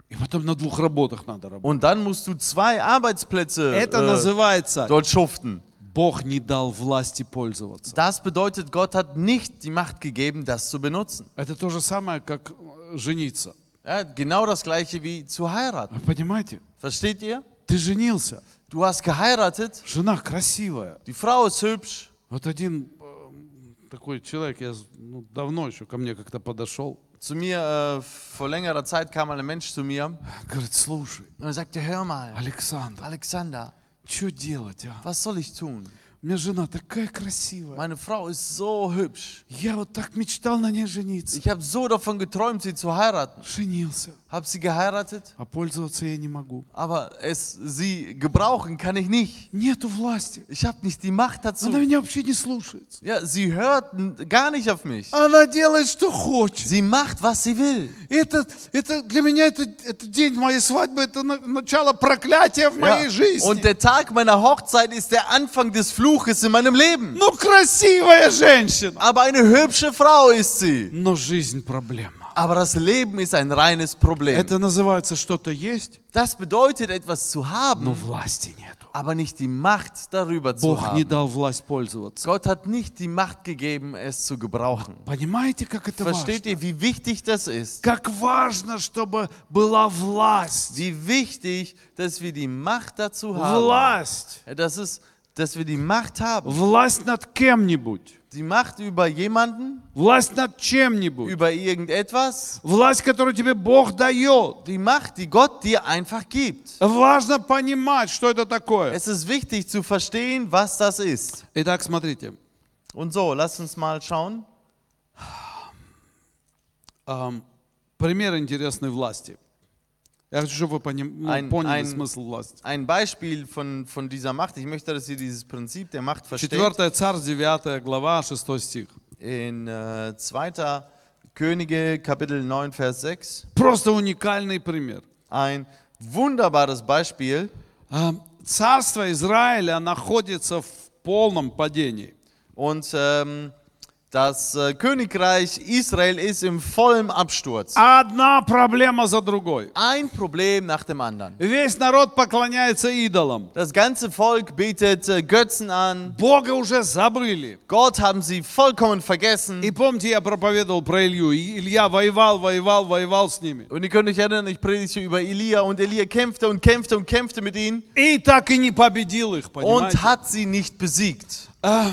Speaker 1: И потом на двух работах надо работать. Э.
Speaker 2: Und dann musst du zwei Arbeitsplätze
Speaker 1: Это
Speaker 2: äh,
Speaker 1: называется
Speaker 2: dort schuften.
Speaker 1: Бог не дал власти пользоваться.
Speaker 2: Das bedeutet, Gott hat nicht die Macht gegeben, das zu benutzen.
Speaker 1: Это то же самое, как э, жениться.
Speaker 2: Ja, genau das gleiche wie zu heiraten.
Speaker 1: Вы понимаете?
Speaker 2: Versteht ihr?
Speaker 1: Ты женился,
Speaker 2: Du hast geheiratet,
Speaker 1: жена красивая.
Speaker 2: die Frau ist hübsch.
Speaker 1: Вот один э, такой человек, я з- ну, давно еще ко мне как-то подошел,
Speaker 2: Zu mir, äh, vor längerer Zeit kam ein Mensch zu mir und
Speaker 1: говорит, слушай,
Speaker 2: er sagte, hör mal,
Speaker 1: Александр,
Speaker 2: Alexander,
Speaker 1: что делать, а?
Speaker 2: was soll ich tun?
Speaker 1: У меня жена такая красивая.
Speaker 2: Meine Frau ist so hübsch.
Speaker 1: Я вот так мечтал на ней жениться.
Speaker 2: Ich habe so davon geträumt, sie zu heiraten.
Speaker 1: Женился,
Speaker 2: Hab sie geheiratet,
Speaker 1: а пользоваться я не могу.
Speaker 2: aber es, sie gebrauchen kann ich nicht.
Speaker 1: Нету власти.
Speaker 2: Ich habe nicht die Macht
Speaker 1: Она
Speaker 2: dazu.
Speaker 1: меня вообще не слушается.
Speaker 2: Ja, sie hört n- gar nicht auf mich.
Speaker 1: Она делает, что хочет.
Speaker 2: Sie macht, was sie will.
Speaker 1: Это, это для меня это, это день моей свадьбы, это на- начало проклятия в моей жизни.
Speaker 2: Und der Tag meiner Hochzeit ist der Anfang des Fluches in meinem Leben.
Speaker 1: Ну, красивая женщина.
Speaker 2: Aber eine hübsche Frau ist sie.
Speaker 1: Но жизнь проблема.
Speaker 2: Aber das Leben ist ein reines Problem.
Speaker 1: Это называется что-то есть,
Speaker 2: Das bedeutet, etwas zu
Speaker 1: но
Speaker 2: haben,
Speaker 1: власти нету.
Speaker 2: aber nicht die Macht darüber zu
Speaker 1: Бог не
Speaker 2: haben.
Speaker 1: дал власть пользоваться.
Speaker 2: Gott hat nicht die Macht gegeben, es zu gebrauchen.
Speaker 1: Понимаете, как это важно?
Speaker 2: Versteht ihr, wie wichtig das ist?
Speaker 1: Как важно, чтобы была власть.
Speaker 2: Wie wichtig, dass wir die Macht dazu haben.
Speaker 1: Власть.
Speaker 2: Das ist, dass wir die Macht haben.
Speaker 1: Власть над кем-нибудь.
Speaker 2: Die Macht über jemanden,
Speaker 1: Власть над чем-нибудь.
Speaker 2: über irgendetwas.
Speaker 1: Власть, которую тебе Бог дает.
Speaker 2: Die Macht, die Gott dir einfach gibt.
Speaker 1: Важно понимать, что это такое.
Speaker 2: Es ist wichtig zu verstehen, was das ist.
Speaker 1: Итак, смотрите.
Speaker 2: Und so, lasst uns mal schauen.
Speaker 1: Ам, пример интересной власти. Я хочу, чтобы вы поним- ну,
Speaker 2: Ein-
Speaker 1: поняли
Speaker 2: ein-
Speaker 1: смысл власти.
Speaker 2: Ein Beispiel von, von dieser Macht. Ich möchte, dass ihr dieses Prinzip der Macht versteht.
Speaker 1: 4 Царь, 9 глава, 6 стих.
Speaker 2: In äh, 2. Könige, Kapitel 9, Vers 6.
Speaker 1: Просто уникальный пример.
Speaker 2: Ein wunderbares Beispiel.
Speaker 1: Ам, Царство Израиля находится в полном падении.
Speaker 2: Und ähm, Das äh, Königreich Israel ist im vollen Absturz.
Speaker 1: Одна проблема за другой.
Speaker 2: Ein Problem nach dem anderen.
Speaker 1: Весь народ поклоняется идолам.
Speaker 2: Das ganze Volk betet äh, Götzen an.
Speaker 1: Бога уже забыли.
Speaker 2: Gott haben sie vollkommen vergessen.
Speaker 1: И помните, я проповедовал про Илью. И Илья воевал, воевал, воевал с ними.
Speaker 2: Und ihr könnt euch erinnern, ich predigte über Elia und Elia kämpfte und kämpfte und kämpfte mit ihnen
Speaker 1: И так и не победил их, понимаете?
Speaker 2: und hat sie nicht besiegt.
Speaker 1: А,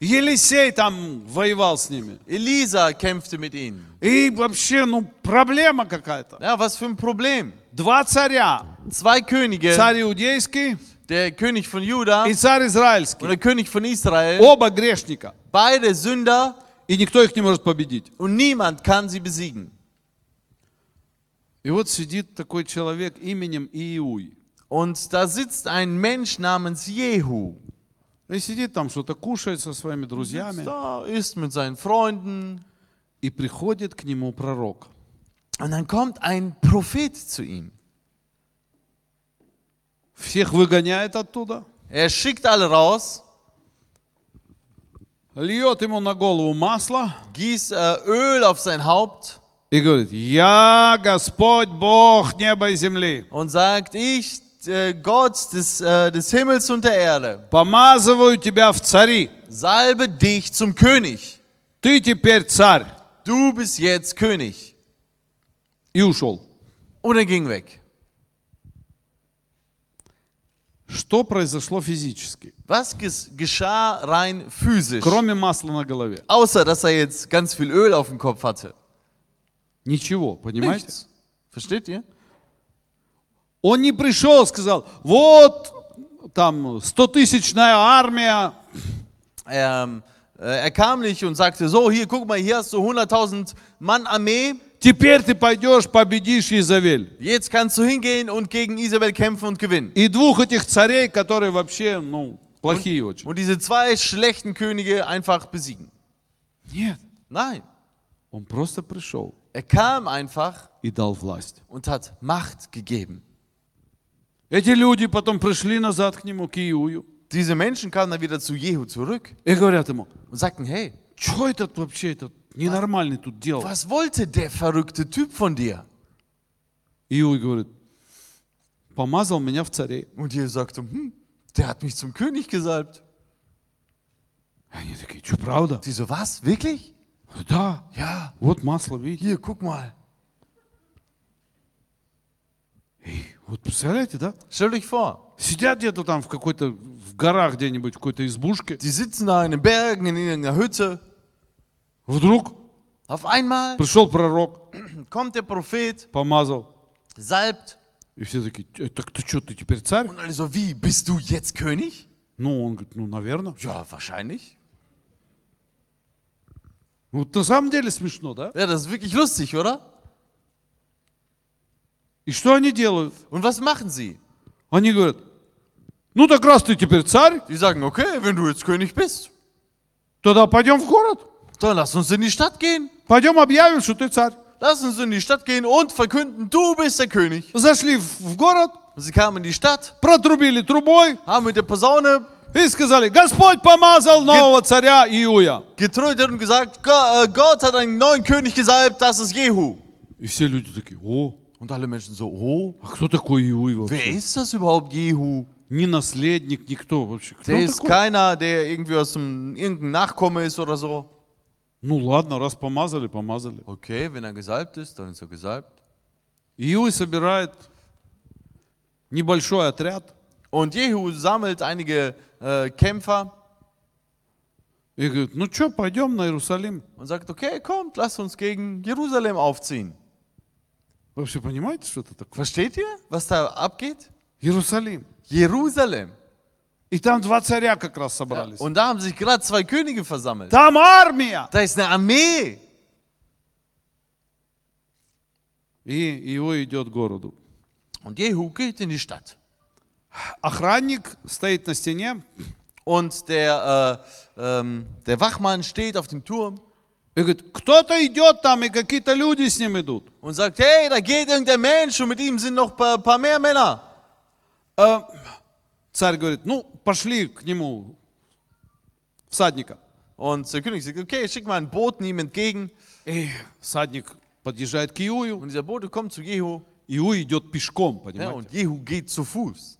Speaker 1: Елисей там воевал с ними.
Speaker 2: Elisa kämpfte mit ihnen.
Speaker 1: И вообще, ну, проблема какая-то.
Speaker 2: Ja, was für ein Problem.
Speaker 1: Два царя.
Speaker 2: Zwei Könige,
Speaker 1: Царь иудейский
Speaker 2: der König von Juda
Speaker 1: и царь
Speaker 2: und
Speaker 1: израильский.
Speaker 2: der König von Israel,
Speaker 1: Оба грешника.
Speaker 2: beide Sünder
Speaker 1: И никто их не может победить.
Speaker 2: und niemand kann sie besiegen.
Speaker 1: И вот сидит такой человек именем Иуй.
Speaker 2: Und da sitzt ein Mensch namens Jehu.
Speaker 1: И сидит там, что-то кушает со своими друзьями.
Speaker 2: Da ist mit seinen Freunden.
Speaker 1: И приходит к нему пророк.
Speaker 2: Und dann kommt ein Prophet zu ihm.
Speaker 1: Всех выгоняет оттуда.
Speaker 2: Er schickt alle raus,
Speaker 1: Льет ему на голову масло.
Speaker 2: gießt äh, Öl auf sein Haupt
Speaker 1: И говорит, я Господь Бог неба и земли.
Speaker 2: und sagt, ich, äh, Gott des, äh, des Himmels und der Erde,
Speaker 1: Помазываю тебя в цари.
Speaker 2: salbe dich zum König.
Speaker 1: Ты теперь царь.
Speaker 2: Du bist jetzt König.
Speaker 1: И ушел.
Speaker 2: Und er ging weg.
Speaker 1: Что произошло физически?
Speaker 2: Was ges geschah rein physisch?
Speaker 1: Кроме масла на голове.
Speaker 2: Außer, dass er jetzt ganz viel Öl auf dem Kopf hatte.
Speaker 1: Ничего, понимаете?
Speaker 2: Nichts. Versteht ihr?
Speaker 1: Он не пришел, сказал, вот там 100-тысячная армия,
Speaker 2: Ähm, äh, er kam nicht und sagte, so, hier, guck mal, hier hast du 100.000 Mann Armee,
Speaker 1: теперь ты пойдешь, победишь Изавель.
Speaker 2: jetzt kannst du hingehen und gegen Isabel kämpfen und gewinnen.
Speaker 1: И двух этих царей, которые вообще, ну, плохие очень.
Speaker 2: Und diese zwei schlechten Könige einfach besiegen.
Speaker 1: Нет,
Speaker 2: Nein,
Speaker 1: он просто пришел
Speaker 2: er kam einfach
Speaker 1: и дал власть.
Speaker 2: und hat Macht gegeben.
Speaker 1: Эти люди потом пришли назад к нему, к Иую,
Speaker 2: Diese Menschen kamen dann wieder zu Jehu zurück
Speaker 1: и говорят ему,
Speaker 2: und sagten, hey,
Speaker 1: что этот вообще этот ненормальный тут делал?
Speaker 2: was wollte der verrückte Typ von dir?
Speaker 1: Иуй говорит, помазал меня в царей.
Speaker 2: Und Jehu sagte, hm, der hat mich zum König gesalbt.
Speaker 1: Они такие, что, правда?
Speaker 2: Die so, was, wirklich?
Speaker 1: Да,
Speaker 2: Ja,
Speaker 1: вот масло, видите?
Speaker 2: hier, guck mal.
Speaker 1: Эй, Вот представляете, да?
Speaker 2: Stellt euch vor,
Speaker 1: Сидят где-то там в какой-то, в горах где-нибудь, в какой-то избушке.
Speaker 2: Die sitzen da in den Bergen, in irgendeiner Hütte.
Speaker 1: Вдруг
Speaker 2: Auf einmal
Speaker 1: пришел пророк,
Speaker 2: kommt der Prophet,
Speaker 1: помазал.
Speaker 2: salbt.
Speaker 1: И все такие, «Э, так ты что, ты теперь царь?
Speaker 2: Und alle so, wie, bist du jetzt König?
Speaker 1: Ну, он говорит, ну, наверное.
Speaker 2: Ja, wahrscheinlich.
Speaker 1: Вот на самом деле смешно, да?
Speaker 2: Ja, das ist wirklich lustig, oder?
Speaker 1: И что они делают?
Speaker 2: Und was machen sie?
Speaker 1: Они говорят, ну так раз ты теперь царь,
Speaker 2: Die sagen, okay, wenn du jetzt König bist,
Speaker 1: тогда пойдем в город,
Speaker 2: dann lass uns in die Stadt gehen.
Speaker 1: пойдем объявим, что ты царь.
Speaker 2: Lass uns in die Stadt gehen und verkünden, du bist der König.
Speaker 1: Зашли в в город,
Speaker 2: Und sie kamen in die Stadt,
Speaker 1: протрубили трубой
Speaker 2: haben mit der Posaune
Speaker 1: и сказали, Господь помазал нового царя Иуя.
Speaker 2: getrötet und gesagt, Go- äh, Gott hat einen neuen König gesalbt, das ist Jehu.
Speaker 1: И все люди такие, о,
Speaker 2: Und alle Menschen so, oh,
Speaker 1: а кто такой Иуй
Speaker 2: wer
Speaker 1: вообще?
Speaker 2: ist das überhaupt, Jehu?
Speaker 1: Ни наследник, никто вообще. Кто
Speaker 2: Der
Speaker 1: он
Speaker 2: ist
Speaker 1: такой?
Speaker 2: keiner, der irgendwie aus dem irgendein Nachkomme ist oder so.
Speaker 1: Ну ладно, раз помазали, помазали.
Speaker 2: Okay, wenn er gesalbt ist, dann ist er gesalbt.
Speaker 1: Иуй собирает небольшой отряд
Speaker 2: Und Jehu sammelt einige äh, Kämpfer
Speaker 1: и говорит, ну что, pойдем на Иерусалим.
Speaker 2: und sagt, okay, kommt, lasst uns gegen Jerusalem aufziehen.
Speaker 1: Вы вообще понимаете, что это такое?
Speaker 2: Versteht ihr, was da abgeht?
Speaker 1: Иерусалим.
Speaker 2: Jerusalem.
Speaker 1: И там два царя как раз собрались.
Speaker 2: Und da haben sich gerade zwei Könige versammelt.
Speaker 1: Там армия.
Speaker 2: Da ist eine Armee.
Speaker 1: И Иуй идет к городу.
Speaker 2: Und Jehu geht in die Stadt.
Speaker 1: Охранник стоит на стене
Speaker 2: Und der, äh, ähm, der Wachmann steht auf dem Turm
Speaker 1: и говорит, кто-то идет там, и какие-то люди с ним идут.
Speaker 2: und sagt, hey, da geht irgendein Mensch und mit ihm sind noch ein paar, paar mehr Männer.
Speaker 1: А, Царь говорит, ну, пошли к нему всадника.
Speaker 2: Und der König sagt, okay, schick mal einen Boten ihm entgegen.
Speaker 1: И всадник подъезжает к Иую.
Speaker 2: Und dieser Bote kommt zu Jehu.
Speaker 1: Иу идет пешком,
Speaker 2: Ja,
Speaker 1: понимаете?
Speaker 2: und Jehu geht zu Fuß.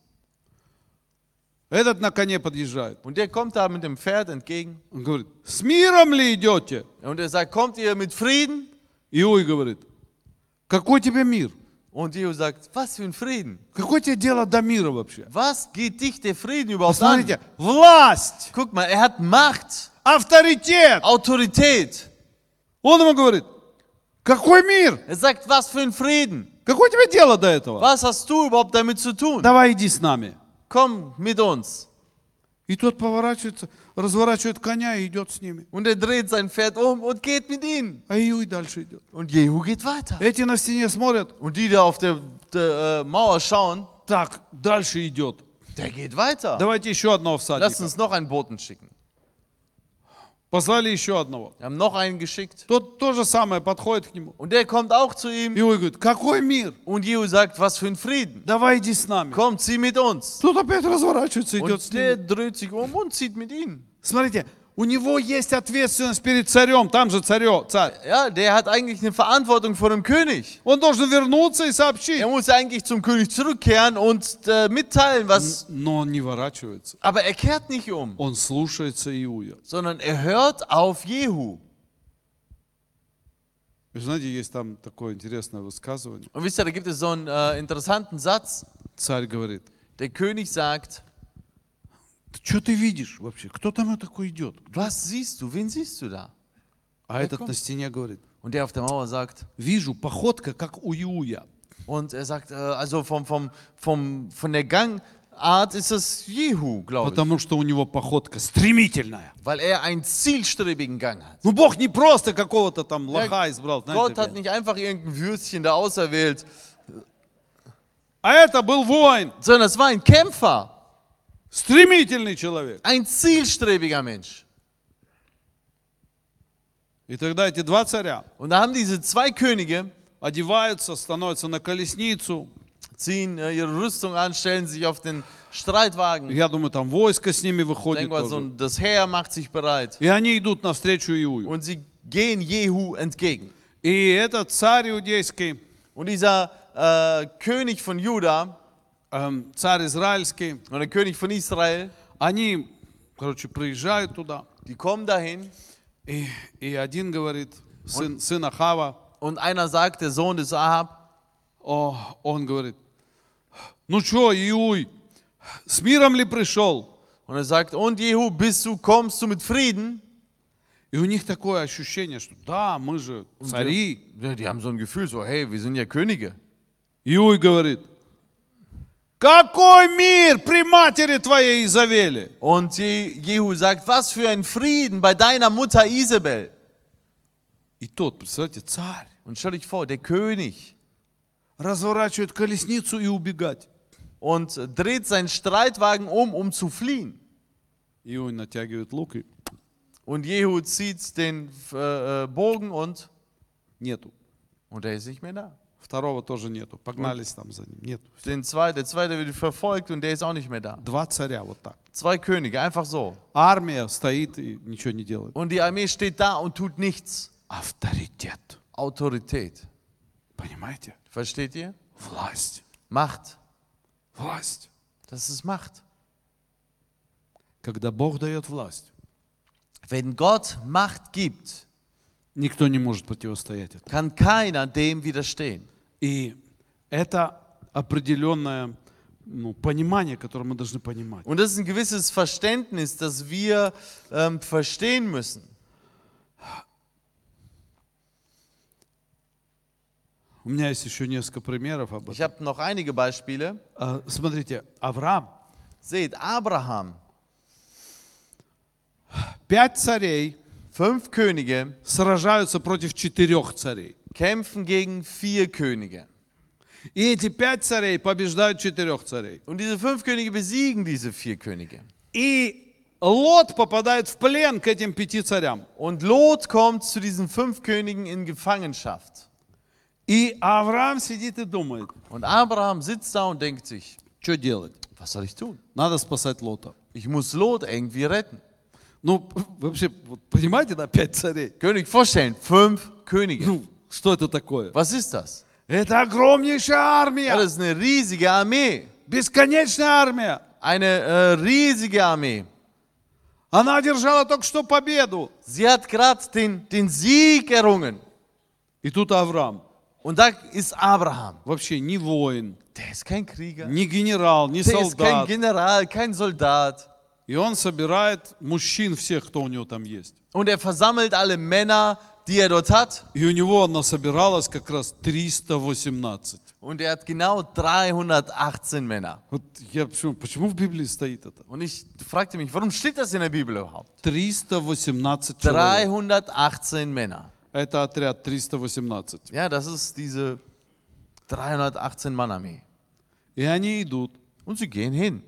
Speaker 1: Этот на коне подъезжает.
Speaker 2: Und der kommt da mit dem Pferd entgegen.
Speaker 1: Он говорит, с миром ли идете?
Speaker 2: Und er sagt, kommt ihr mit Frieden?
Speaker 1: Иуй говорит, какой тебе мир?
Speaker 2: Und Jehu sagt, was für ein Frieden?
Speaker 1: Какое тебе дело до мира вообще?
Speaker 2: Was geht dich der Frieden überhaupt an?
Speaker 1: Смотрите, власть,
Speaker 2: Guck mal, er hat Macht,
Speaker 1: авторитет.
Speaker 2: Autorität.
Speaker 1: Он ему говорит, какой мир?
Speaker 2: Er sagt, was für ein Frieden?
Speaker 1: Какое тебе дело до этого?
Speaker 2: Was hast du überhaupt damit zu tun?
Speaker 1: Давай иди с нами.
Speaker 2: Komm mit uns.
Speaker 1: И тот поворачивается, разворачивает коня и идет с ними.
Speaker 2: Und er dreht sein Pferd um und geht mit ihnen.
Speaker 1: А Иуй дальше идет.
Speaker 2: Und Jehu geht weiter.
Speaker 1: Эти на стене смотрят,
Speaker 2: Und die da auf der, der äh, Mauer schauen,
Speaker 1: так, дальше идет.
Speaker 2: der geht weiter.
Speaker 1: Давайте еще одного
Speaker 2: Lass
Speaker 1: всадника.
Speaker 2: uns noch einen Boten schicken.
Speaker 1: Послали еще одного.
Speaker 2: Wir haben noch einen geschickt.
Speaker 1: Тот то же самое подходит к нему.
Speaker 2: Und der kommt auch zu ihm.
Speaker 1: Иуй говорит, какой мир?
Speaker 2: Und Jehu sagt, was für ein Frieden.
Speaker 1: Давай иди с нами.
Speaker 2: Komm, zieh mit uns.
Speaker 1: Тут опять разворачивается, идет с
Speaker 2: Und der
Speaker 1: ними.
Speaker 2: dreht sich um und zieht mit ihnen.
Speaker 1: Смотрите, у него есть ответственность перед царем, там же царё, царь.
Speaker 2: Ja, der hat eigentlich eine Verantwortung vor dem König.
Speaker 1: Он должен вернуться и сообщить.
Speaker 2: Er muss eigentlich zum König zurückkehren und äh, mitteilen, was.
Speaker 1: Но он не ворачивается.
Speaker 2: Aber er kehrt nicht um,
Speaker 1: Он слушается Иуя.
Speaker 2: sondern er hört auf Jehu.
Speaker 1: Вы знаете, есть там такое интересное wысказывание.
Speaker 2: Und wisst ihr, da gibt es so einen äh, interessanten Satz.
Speaker 1: Царь говорит,
Speaker 2: Der König sagt:
Speaker 1: что ты видишь вообще? Кто там такой идет?
Speaker 2: Was siehst du? Wen siehst du da?
Speaker 1: А этот на стене говорит,
Speaker 2: Und der auf der Mauer sagt,
Speaker 1: вижу, походка, как у Иуя.
Speaker 2: und er sagt, äh, also vom, vom, vom, von der Gangart ist es Jehu, glaube ich.
Speaker 1: Потому что у него походка стремительная.
Speaker 2: Weil er einen zielstrebigen Gang hat.
Speaker 1: Ну, Бог не просто какого-то там лоха избрал. знаете,
Speaker 2: Gott hat nicht einfach irgendein Würstchen da auserwählt,
Speaker 1: А это был воин,
Speaker 2: sondern es war ein Kämpfer,
Speaker 1: стремительный человек.
Speaker 2: ein zielstrebiger Mensch.
Speaker 1: И тогда эти два царя
Speaker 2: Und da haben diese zwei Könige,
Speaker 1: одеваются, становятся на колесницу.
Speaker 2: ziehen äh, ihre Rüstung an, stellen sich auf den Streitwagen.
Speaker 1: Я думаю, там войско с ними
Speaker 2: Ich
Speaker 1: выходит
Speaker 2: denke mal,
Speaker 1: тоже.
Speaker 2: so ein- das Heer macht sich bereit.
Speaker 1: И они идут навстречу Иую.
Speaker 2: Und sie gehen Jehu entgegen.
Speaker 1: И этот царь иудейский,
Speaker 2: Und dieser äh, König von Juda
Speaker 1: эм, царь израильский,
Speaker 2: und der König von Israel,
Speaker 1: они, короче, проезжают туда.
Speaker 2: Die kommen dahin
Speaker 1: И, и один говорит, сын, сын Ахава,
Speaker 2: und einer sagt, der Sohn des Ahab,
Speaker 1: о, он говорит, ну что, Иуй, с миром ли пришел?
Speaker 2: und er sagt, und Jehu, bist du, kommst du mit Frieden?
Speaker 1: И у них такое ощущение, что да, мы же цари.
Speaker 2: Ja, die haben so ein Gefühl, so, hey, wir sind ja Könige.
Speaker 1: Иуй говорит, какой мир при матери твоей Изавели?
Speaker 2: Und Je- Jehu sagt, was für ein Frieden bei deiner Mutter Isabel.
Speaker 1: И тот, представляете, царь,
Speaker 2: Und stell dich vor, der König
Speaker 1: разворачивает колесницу и убегать.
Speaker 2: und dreht seinen Streitwagen um, um zu fliehen.
Speaker 1: Иуй натягивает лук и
Speaker 2: Und Jehu zieht den äh, äh, Bogen und,
Speaker 1: нету.
Speaker 2: und er ist nicht mehr da.
Speaker 1: Второго тоже нету. Погнались там за ним. Нету.
Speaker 2: Den zweiten, der zweite wird verfolgt und der ist auch nicht mehr da.
Speaker 1: Два царя вот так.
Speaker 2: Zwei Könige, einfach so.
Speaker 1: Армия стоит и ничего не делает.
Speaker 2: Und die Armee steht da und tut nichts.
Speaker 1: Авторитет.
Speaker 2: Autorität.
Speaker 1: Понимаете?
Speaker 2: Versteht ihr?
Speaker 1: Власть.
Speaker 2: Macht.
Speaker 1: Власть.
Speaker 2: Das ist Macht.
Speaker 1: Когда Бог дает власть,
Speaker 2: Wenn Gott Macht gibt,
Speaker 1: никто не может противостоять этому.
Speaker 2: kann keiner dem widerstehen.
Speaker 1: И это определенное ну, понимание, которое мы должны понимать.
Speaker 2: Und das ist ein gewisses Verständnis, das wir ähm, verstehen müssen.
Speaker 1: У меня есть еще несколько примеров об
Speaker 2: Ich
Speaker 1: этом.
Speaker 2: habe noch einige Beispiele.
Speaker 1: А, Смотрите, Авраам,
Speaker 2: Seht, Abraham,
Speaker 1: пять царей
Speaker 2: fünf Könige
Speaker 1: сражаются против четырех царей.
Speaker 2: kämpfen gegen vier Könige.
Speaker 1: И эти пять царей побеждают четырех царей.
Speaker 2: Und diese fünf Könige besiegen diese vier Könige.
Speaker 1: И Лот попадает в плен к этим пяти царям.
Speaker 2: Und Lot kommt zu diesen fünf Königen in Gefangenschaft.
Speaker 1: И Авраам сидит и думает,
Speaker 2: Und Abraham sitzt da und denkt sich,
Speaker 1: что делать?
Speaker 2: was soll ich tun?
Speaker 1: Надо спасать Лота.
Speaker 2: Ich muss Lot irgendwie retten.
Speaker 1: Ну, вообще, вот понимаете, да, пять царей?
Speaker 2: König vorstellen, fünf Könige.
Speaker 1: Ну, что это такое?
Speaker 2: Was ist das?
Speaker 1: Это огромнейшая
Speaker 2: Ja,
Speaker 1: армия,
Speaker 2: das ist eine riesige Armee.
Speaker 1: бесконечная армия.
Speaker 2: Eine äh, riesige Armee.
Speaker 1: Она одержала только что победу.
Speaker 2: Sie hat gerade den, den Sieg errungen.
Speaker 1: И тут Авраам.
Speaker 2: Und da ist Abraham.
Speaker 1: Вообще ни воин,
Speaker 2: Der ist kein Krieger.
Speaker 1: ни генерал, ни
Speaker 2: Der ist kein
Speaker 1: солдат.
Speaker 2: General, kein Soldat.
Speaker 1: И он собирает мужчин всех, кто у него там есть.
Speaker 2: Und er versammelt alle Männer, die er dort hat.
Speaker 1: И у него насобиралось как раз 318.
Speaker 2: Und er hat genau 318 Männer.
Speaker 1: Вот я почему, почему в Библии стоит это?
Speaker 2: Und ich fragte mich, warum steht das in der Bibel überhaupt?
Speaker 1: 318 человек.
Speaker 2: 318 Männer.
Speaker 1: Это отряд 318.
Speaker 2: Ja, das ist diese 318 Mann Armee.
Speaker 1: И они идут.
Speaker 2: Und sie gehen hin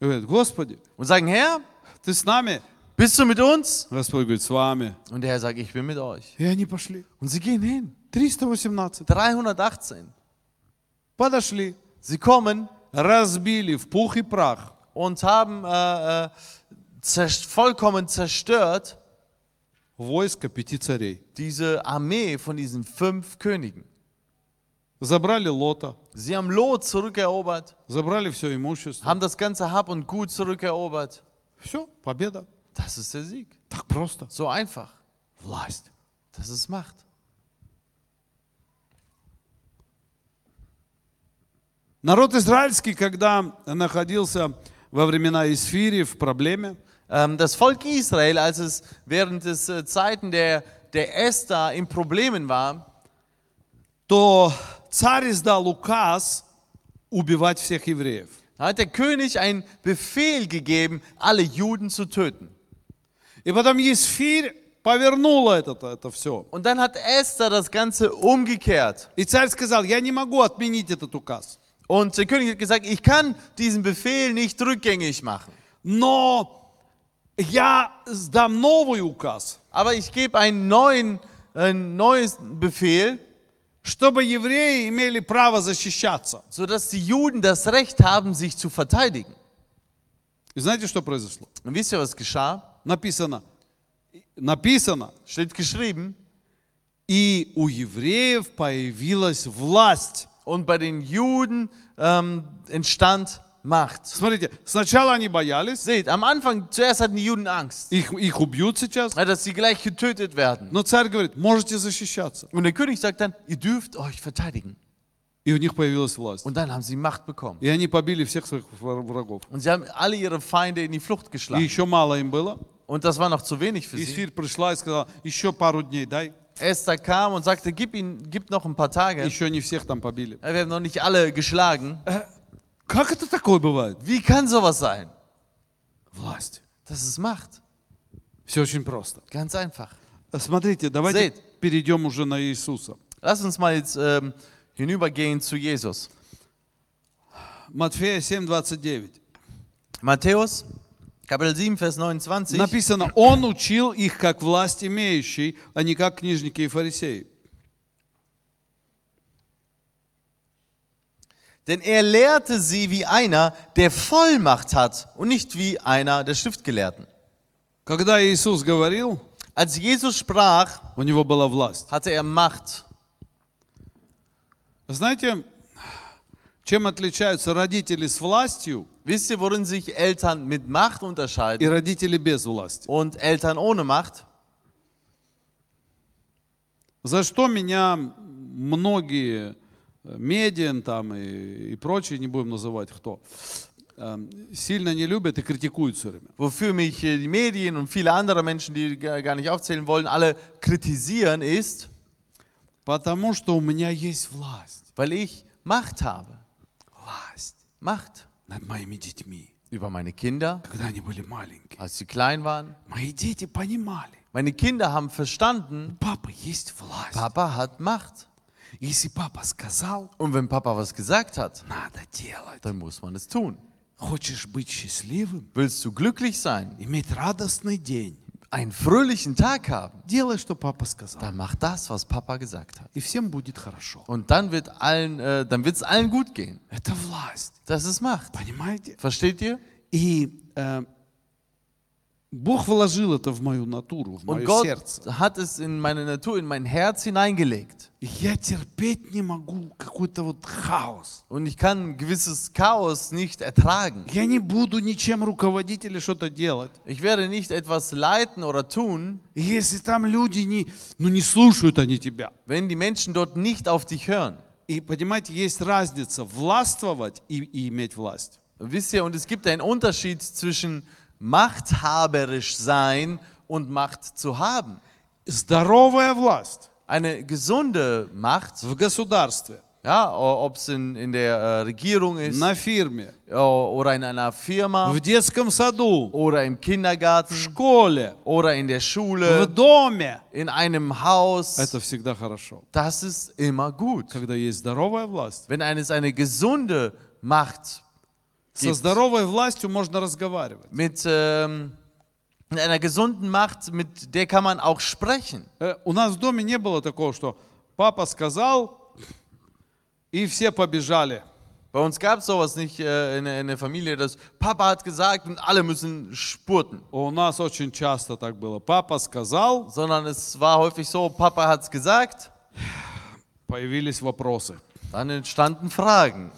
Speaker 1: И говорят, Господи,
Speaker 2: und sagen, Herr,
Speaker 1: ты с нами?
Speaker 2: bist du mit uns?
Speaker 1: Господь говорит, с вами.
Speaker 2: Und der Herr sagt, ich bin mit euch.
Speaker 1: И они пошли.
Speaker 2: Und sie gehen hin.
Speaker 1: 318.
Speaker 2: 318.
Speaker 1: Подошли.
Speaker 2: Sie kommen
Speaker 1: Разбили в пух и прах.
Speaker 2: und haben äh, äh, zerst vollkommen zerstört
Speaker 1: Войско пяти царей.
Speaker 2: diese Armee von diesen fünf Königen.
Speaker 1: Забрали Лота.
Speaker 2: Sie haben Lot zurückerobert,
Speaker 1: Забрали все имущество.
Speaker 2: haben das ganze Hab und Gut zurückerobert.
Speaker 1: Все, победа.
Speaker 2: Das ist der Sieg.
Speaker 1: Так просто.
Speaker 2: So einfach.
Speaker 1: Власть.
Speaker 2: Das ist Macht.
Speaker 1: Народ израильский, когда находился во времена Исфири в проблеме,
Speaker 2: Ähm, das Volk Israel, als es während des äh, Zeiten der, der Esther in Problemen war,
Speaker 1: то царь издал указ убивать всех евреев.
Speaker 2: hat der König einen Befehl gegeben, alle Juden zu töten.
Speaker 1: И потом Есфирь повернула это, это все.
Speaker 2: Und dann hat Esther das Ganze umgekehrt.
Speaker 1: И царь сказал, я не могу отменить этот ukаз,
Speaker 2: Und der König hat gesagt, ich kann diesen Befehl nicht rückgängig machen.
Speaker 1: но я сдам новый указ,
Speaker 2: Aber ich gebe einen neuen, ein neues Befehl,
Speaker 1: чтобы евреи имели право защищаться.
Speaker 2: sodass die Juden das Recht haben, sich zu verteidigen.
Speaker 1: И знаете, что произошло?
Speaker 2: Und wisst ihr, was geschah?
Speaker 1: Написано, написано,
Speaker 2: Steht geschrieben,
Speaker 1: и у евреев появилась власть.
Speaker 2: und bei den Juden ähm, entstand Macht.
Speaker 1: Смотрите, сначала они боялись,
Speaker 2: Seht, am Anfang, zuerst hatten die Juden Angst,
Speaker 1: их, их убьют сейчас,
Speaker 2: ja, dass sie gleich getötet werden.
Speaker 1: но царь говорит, можете защищаться.
Speaker 2: Und der König sagt dann, ihr dürft euch verteidigen.
Speaker 1: И у них появилась власть.
Speaker 2: Und dann haben sie Macht bekommen.
Speaker 1: И они побили всех своих вра- врагов.
Speaker 2: Und sie haben alle ihre Feinde in die Flucht
Speaker 1: И
Speaker 2: geschlagen.
Speaker 1: еще мало им было.
Speaker 2: Und das war noch zu wenig für sie.
Speaker 1: Исфирь пришла и сказала, еще пару дней дай.
Speaker 2: Esther kam und sagte, gib, ihn, gib noch ein paar Tage.
Speaker 1: Еще не всех там побили.
Speaker 2: Ja, wir haben noch nicht alle geschlagen.
Speaker 1: Как это такое бывает?
Speaker 2: Wie kann sowas sein?
Speaker 1: Власть.
Speaker 2: Das ist Macht.
Speaker 1: Все очень просто.
Speaker 2: Ganz einfach.
Speaker 1: Э, Смотрите, давайте
Speaker 2: Зейд.
Speaker 1: перейдем уже на Иисуса.
Speaker 2: Lass uns mal jetzt ähm, hinübergehen zu Jesus.
Speaker 1: Матфея 7, 29.
Speaker 2: Matthäus, Kapitel 7, Vers 29.
Speaker 1: Написано, Он учил их как власть имеющий, а не как книжники и фарисеи.
Speaker 2: Denn er lehrte sie wie einer, der Vollmacht hat und nicht wie einer der Schriftgelehrten.
Speaker 1: Когда Иисус говорил,
Speaker 2: Als Jesus sprach,
Speaker 1: у него была власть.
Speaker 2: hatte er Macht.
Speaker 1: Знаете, чем отличаются родители с властью
Speaker 2: Wisst ihr, worin sich Eltern mit Macht
Speaker 1: и
Speaker 2: unterscheiden
Speaker 1: родители без власти?
Speaker 2: und Eltern ohne Macht?
Speaker 1: За что меня многие э, медиан там и, и прочие, не будем называть кто, эм, сильно не любят и критикуют все время.
Speaker 2: Wofür mich äh, die Medien und viele andere Menschen, die gar gar nicht aufzählen wollen, alle kritisieren, ist,
Speaker 1: Потому что у меня есть власть.
Speaker 2: weil ich Macht habe.
Speaker 1: Власть
Speaker 2: Macht
Speaker 1: над моими детьми,
Speaker 2: über meine Kinder,
Speaker 1: когда они были маленькие.
Speaker 2: als sie klein waren.
Speaker 1: Мои дети понимали,
Speaker 2: Meine Kinder haben verstanden,
Speaker 1: папа есть власть.
Speaker 2: Papa hat Macht.
Speaker 1: Если папа сказал,
Speaker 2: Und wenn Papa was gesagt hat,
Speaker 1: надо делать.
Speaker 2: dann muss man es tun.
Speaker 1: Хочешь быть счастливым?
Speaker 2: Willst du glücklich sein,
Speaker 1: Иметь радостный день.
Speaker 2: einen fröhlichen Tag haben,
Speaker 1: Делай, что папа сказал.
Speaker 2: dann mach das, was Papa gesagt hat.
Speaker 1: И всем будет хорошо.
Speaker 2: Und dann wird allen, äh, dann wird's allen gut gehen.
Speaker 1: Это власть.
Speaker 2: Das ist Macht.
Speaker 1: Понимаете?
Speaker 2: Versteht ihr?
Speaker 1: И э, Бог вложил это в мою натуру, в
Speaker 2: Und
Speaker 1: мое
Speaker 2: Gott
Speaker 1: сердце.
Speaker 2: hat es in meine Natur, in mein Herz hineingelegt.
Speaker 1: И Я терпеть не могу какой-то вот хаос.
Speaker 2: Und ich kann gewisses Chaos nicht ertragen.
Speaker 1: Я не буду ничем руководить или что-то делать.
Speaker 2: Ich werde nicht etwas leiten oder tun,
Speaker 1: И Если там люди не, ну не слушают они тебя.
Speaker 2: wenn die Menschen dort nicht auf dich hören.
Speaker 1: И понимаете, есть разница властвовать и, и иметь власть.
Speaker 2: Wisst ihr, und es gibt einen Unterschied zwischen machthaberisch sein und Macht zu haben.
Speaker 1: Здоровая власть
Speaker 2: Eine gesunde Macht,
Speaker 1: в государстве,
Speaker 2: ja, ob es in, in der äh, Regierung ist
Speaker 1: на фирме,
Speaker 2: o- oder in einer Firma
Speaker 1: в детском саду,
Speaker 2: oder im
Speaker 1: в
Speaker 2: Kindergarten
Speaker 1: школе,
Speaker 2: oder in der
Speaker 1: в
Speaker 2: Schule,
Speaker 1: доме.
Speaker 2: in einem Haus,
Speaker 1: Это всегда хорошо.
Speaker 2: das ist immer gut.
Speaker 1: Когда есть здоровая власть.
Speaker 2: Wenn eines eine gesunde Macht
Speaker 1: Со здоровой властью можно разговаривать.
Speaker 2: mit ähm, mit einer gesunden Macht, mit der kann man auch sprechen.
Speaker 1: Э, У нас в доме не было такого, что папа сказал, и все побежали.
Speaker 2: Bei uns gab es sowas nicht äh, in, der- in der Familie, dass Papa hat gesagt und alle müssen spurten,
Speaker 1: У нас очень часто так было. Папа сказал,
Speaker 2: sondern es war häufig so, Papa hat es gesagt,
Speaker 1: появились вопросы.
Speaker 2: dann entstanden Fragen.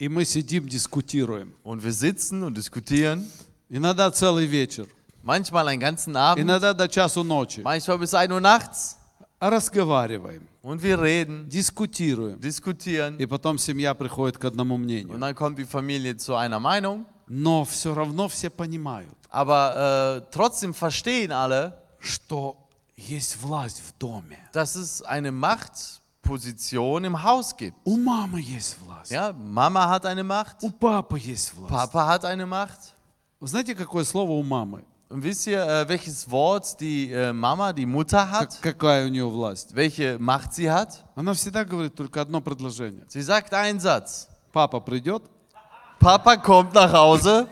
Speaker 1: И мы сидим, дискутируем.
Speaker 2: Und wir sitzen und diskutieren,
Speaker 1: Иногда целый вечер,
Speaker 2: manchmal einen ganzen Abend,
Speaker 1: иногда до часу ночи.
Speaker 2: manchmal bis 1 Uhr nachts
Speaker 1: А Разговариваем,
Speaker 2: und wir reden,
Speaker 1: дискутируем.
Speaker 2: diskutieren
Speaker 1: И потом семья приходит к одному мнению.
Speaker 2: und dann kommt die Familie zu einer Meinung,
Speaker 1: Но все равно все понимают,
Speaker 2: aber äh, trotzdem verstehen alle,
Speaker 1: что есть власть в доме.
Speaker 2: dass es eine Machtposition im Haus gibt.
Speaker 1: У мамы есть власть.
Speaker 2: Ja, Mama hat eine Macht,
Speaker 1: У папы есть власть.
Speaker 2: Papa hat eine Macht.
Speaker 1: Вы Знаете, какое слово у мамы?
Speaker 2: Und wisst ihr, äh, welches Wort die äh, Mama, die Mutter
Speaker 1: Как-
Speaker 2: hat?
Speaker 1: какая у нее власть?
Speaker 2: Welche Macht sie hat?
Speaker 1: Она всегда говорит только одно предложение.
Speaker 2: Sie sagt einen Satz.
Speaker 1: Папа придет,
Speaker 2: Papa kommt nach Hause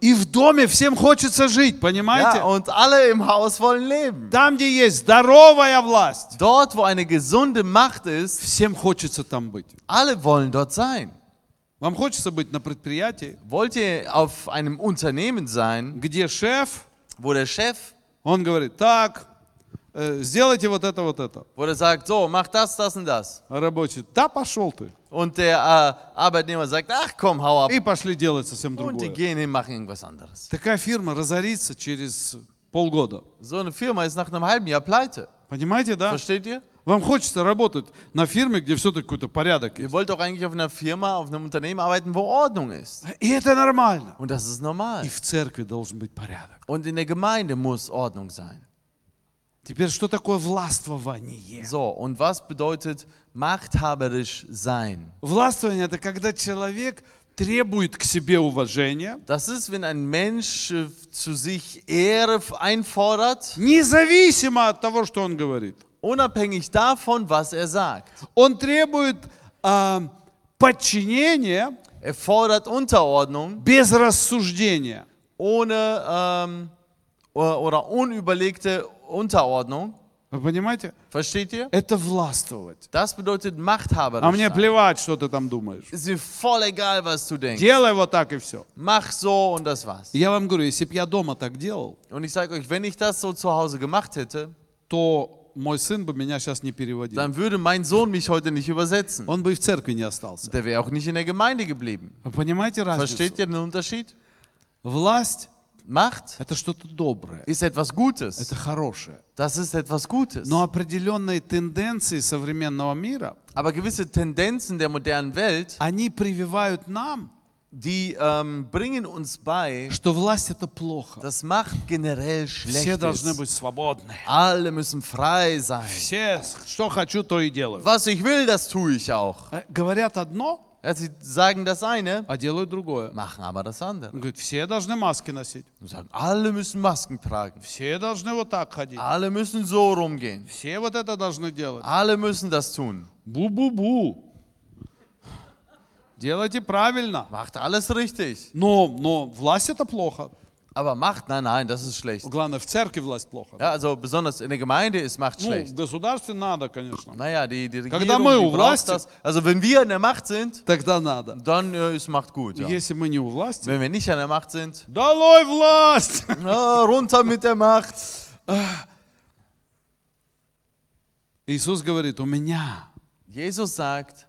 Speaker 1: и в доме всем хочется жить, понимаете?
Speaker 2: ja, und alle im Haus wollen leben.
Speaker 1: Там, где есть здоровая власть,
Speaker 2: Dort, wo eine gesunde Macht ist,
Speaker 1: всем хочется там быть.
Speaker 2: alle wollen dort sein.
Speaker 1: Вам хочется быть на предприятии,
Speaker 2: Wollt ihr auf einem Unternehmen sein,
Speaker 1: где шеф,
Speaker 2: wo der Chef,
Speaker 1: он говорит, так, э, сделайте вот это, вот это.
Speaker 2: wo der sagt, so, mach das, das und das.
Speaker 1: А рабочий, да пошел ты.
Speaker 2: Und der äh, Arbeitnehmer sagt, ach komm, hau ab.
Speaker 1: И пошли делать совсем
Speaker 2: Und die
Speaker 1: другое.
Speaker 2: gehen hin, machen irgendwas anderes.
Speaker 1: Такая фирма разорится через полгода.
Speaker 2: So eine Firma ist nach einem halben Jahr pleite.
Speaker 1: Понимаете, да?
Speaker 2: Versteht ihr?
Speaker 1: Вам хочется работать на фирме, где все-таки какой-то порядок
Speaker 2: Ihr
Speaker 1: есть.
Speaker 2: wollt doch eigentlich auf einer Firma, auf einem Unternehmen arbeiten, wo Ordnung ist.
Speaker 1: И это нормально.
Speaker 2: Und das ist
Speaker 1: И
Speaker 2: normal.
Speaker 1: в церкви должен быть порядок.
Speaker 2: Und in der Gemeinde muss Ordnung sein.
Speaker 1: Теперь, что такое властвование?
Speaker 2: So, und was bedeutet machthaberisch sein?
Speaker 1: Властвование – это когда человек требует к себе уважения,
Speaker 2: Das ist, wenn ein Mensch äh, zu sich Ehre einfordert,
Speaker 1: независимо от того, что он говорит.
Speaker 2: unabhängig davon, was er sagt.
Speaker 1: Он требует а, подчинения
Speaker 2: Er fordert Unterordnung
Speaker 1: без рассуждения.
Speaker 2: ohne ähm, oder, oder unüberlegte Unterordnung.
Speaker 1: Вы понимаете?
Speaker 2: Versteht ihr?
Speaker 1: Это властвовать.
Speaker 2: Das bedeutet
Speaker 1: А мне
Speaker 2: machthaberisch sein.
Speaker 1: плевать, что ты там думаешь.
Speaker 2: Ist mir voll egal, was du denkst.
Speaker 1: Делай вот так и все.
Speaker 2: mach so und das war's.
Speaker 1: Я вам говорю, если бы я дома так делал,
Speaker 2: Und ich sage euch, wenn ich das so zu Hause gemacht hätte,
Speaker 1: то мой сын бы меня сейчас не переводил.
Speaker 2: dann würde mein Sohn mich heute nicht übersetzen.
Speaker 1: Он бы и в церкви не остался.
Speaker 2: Der wäre auch nicht in der Gemeinde geblieben.
Speaker 1: Вы понимаете разницу?
Speaker 2: Versteht ihr den Unterschied?
Speaker 1: Власть –
Speaker 2: Macht
Speaker 1: это что-то доброе,
Speaker 2: ist etwas Gutes.
Speaker 1: это хорошее.
Speaker 2: Das ist etwas Gutes.
Speaker 1: Но определенные тенденции современного мира,
Speaker 2: Aber gewisse Tendenzen der modernen Welt,
Speaker 1: они прививают нам,
Speaker 2: die ähm, bringen uns bei,
Speaker 1: что власть – это плохо.
Speaker 2: dass Macht generell
Speaker 1: Все
Speaker 2: schlecht
Speaker 1: должны
Speaker 2: ist.
Speaker 1: быть свободны.
Speaker 2: Alle müssen frei sein.
Speaker 1: Все, что хочу, то и делаю.
Speaker 2: Was ich will, das tue ich auch.
Speaker 1: Э, Говорят одно,
Speaker 2: Ja, sie sagen das eine,
Speaker 1: а делают другое.
Speaker 2: machen aber das andere.
Speaker 1: Он говорит, все должны маски носить,
Speaker 2: Und sagen, alle müssen Masken tragen.
Speaker 1: все должны вот так ходить,
Speaker 2: Alle müssen so rumgehen.
Speaker 1: все вот это должны делать.
Speaker 2: Alle müssen das tun.
Speaker 1: Бу-бу-бу. Делайте правильно.
Speaker 2: Macht alles richtig.
Speaker 1: Но, но власть это плохо.
Speaker 2: Aber Macht, nein, nein, das ist schlecht.
Speaker 1: Главное, в церкви власть плохо.
Speaker 2: Ja, also besonders in der Gemeinde ist Macht
Speaker 1: Ну,
Speaker 2: schlecht.
Speaker 1: в государстве надо, конечно.
Speaker 2: Naja, die, die
Speaker 1: Когда
Speaker 2: Regierung,
Speaker 1: мы у
Speaker 2: die braucht
Speaker 1: власти-
Speaker 2: das. Also wenn wir in der Macht sind,
Speaker 1: Тогда надо.
Speaker 2: dann äh, ist Macht gut. Ja.
Speaker 1: Если мы не у власти,
Speaker 2: Wenn wir nicht an der Macht sind,
Speaker 1: долой власть!
Speaker 2: ah, runter mit der Macht.
Speaker 1: Иисус говорит, у меня,
Speaker 2: Jesus sagt,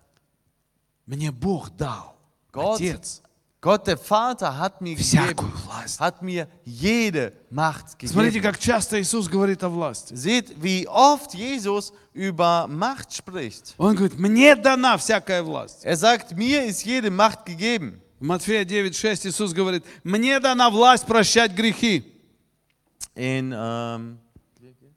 Speaker 1: мне Бог дал,
Speaker 2: Gott,
Speaker 1: Отец,
Speaker 2: Gott der Vater hat mir
Speaker 1: всякую
Speaker 2: gegeben,
Speaker 1: власть.
Speaker 2: hat mir jede Macht
Speaker 1: Смотрите,
Speaker 2: gegeben.
Speaker 1: как часто Иисус говорит о власти.
Speaker 2: Seht, wie oft Jesus über Macht spricht.
Speaker 1: Он говорит, мне дана всякая власть.
Speaker 2: Er sagt, mir ist jede Macht gegeben.
Speaker 1: В Матфея 9,6 Иисус говорит, мне дана власть прощать грехи.
Speaker 2: In ähm,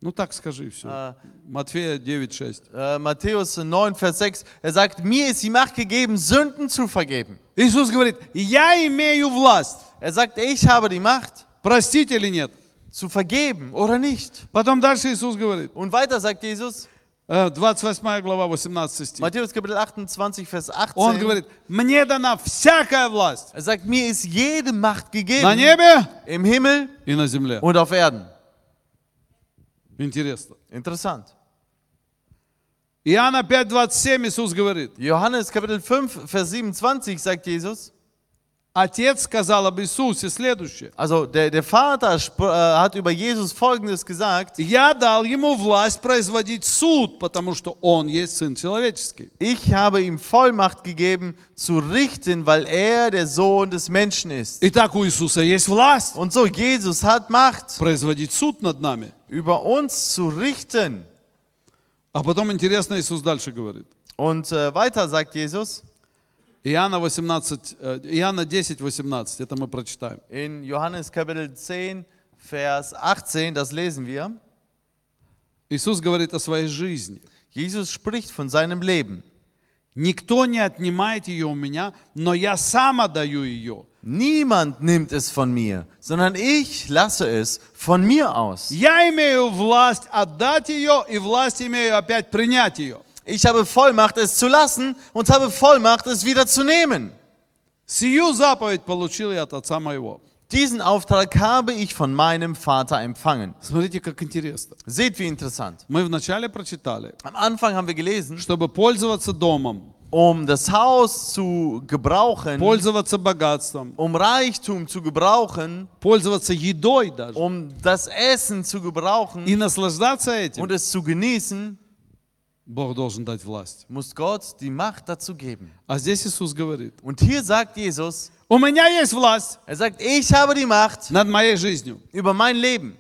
Speaker 1: Ну так скажи все.
Speaker 2: А.
Speaker 1: Матфея 9,6.
Speaker 2: äh, Matthäus 9, Vers 6, er sagt, mir ist die Macht gegeben, Sünden zu vergeben.
Speaker 1: Иисус говорит, я имею власть,
Speaker 2: Er sagt, ich habe die Macht
Speaker 1: простить или нет.
Speaker 2: zu vergeben oder nicht.
Speaker 1: Потом дальше Иисус говорит,
Speaker 2: Und weiter sagt Jesus,
Speaker 1: э, 28 глава, 18 стих.
Speaker 2: Matthäus Kapitel 28, Vers
Speaker 1: Он
Speaker 2: 18,
Speaker 1: говорит, мне дана всякая власть
Speaker 2: er sagt, mir ist jede Macht
Speaker 1: на
Speaker 2: gegeben,
Speaker 1: небе
Speaker 2: im Himmel
Speaker 1: и на земле.
Speaker 2: und auf Erden.
Speaker 1: Интересно.
Speaker 2: Interessant.
Speaker 1: Иоанна 5:27 Иисус говорит,
Speaker 2: Johannes Kapitel 5, Vers 27 sagt Jesus,
Speaker 1: Отец сказал об Иисусе следующее.
Speaker 2: also der, der Vater sp- äh, hat über Jesus Folgendes gesagt,
Speaker 1: Я дал ему власть производить суд, потому что он есть Сын Человеческий.
Speaker 2: ich habe ihm Vollmacht gegeben zu richten, weil er der Sohn des Menschen ist.
Speaker 1: Итак, у Иисуса есть власть
Speaker 2: Und so, Jesus hat Macht,
Speaker 1: производить суд над нами.
Speaker 2: über uns zu richten.
Speaker 1: А потом интересно, Иисус дальше говорит.
Speaker 2: Und äh, weiter sagt Jesus
Speaker 1: Иоанна, 18, э, Иоанна 10, 18, это мы prочитаем.
Speaker 2: in Johannes Kapitel 10, Vers 18, das lesen wir.
Speaker 1: Иисус говорит о своей жизни.
Speaker 2: Jesus spricht von seinem Leben.
Speaker 1: Никто не отнимает ее у меня, но я сам отдаю ее.
Speaker 2: Niemand nimmt es von mir, sondern ich lasse es von mir aus.
Speaker 1: Я имею власть отдать ее, и власть имею опять принять ее.
Speaker 2: Ich habe Vollmacht, es zu lassen und habe Vollmacht, es wieder zu nehmen.
Speaker 1: Сию заповедь получил я от Отца моего.
Speaker 2: Diesen Auftrag habe ich von meinem Vater empfangen.
Speaker 1: Смотрите, как интересно.
Speaker 2: Seht, wie interessant.
Speaker 1: Мы вначале прочитали,
Speaker 2: Am Anfang haben wir gelesen,
Speaker 1: чтобы пользоваться домом,
Speaker 2: um das Haus zu gebrauchen,
Speaker 1: пользоваться богатством,
Speaker 2: um Reichtum zu gebrauchen,
Speaker 1: пользоваться едой даже
Speaker 2: um das Essen zu gebrauchen
Speaker 1: и наслаждаться
Speaker 2: und
Speaker 1: этим,
Speaker 2: es zu genießen,
Speaker 1: Бог должен дать власть.
Speaker 2: muss Gott die Macht dazu geben.
Speaker 1: А здесь Иисус говорит,
Speaker 2: Und hier sagt Jesus,
Speaker 1: у меня есть власть
Speaker 2: er sagt, ich habe die Macht
Speaker 1: над моей жизнью.
Speaker 2: über mein Leben.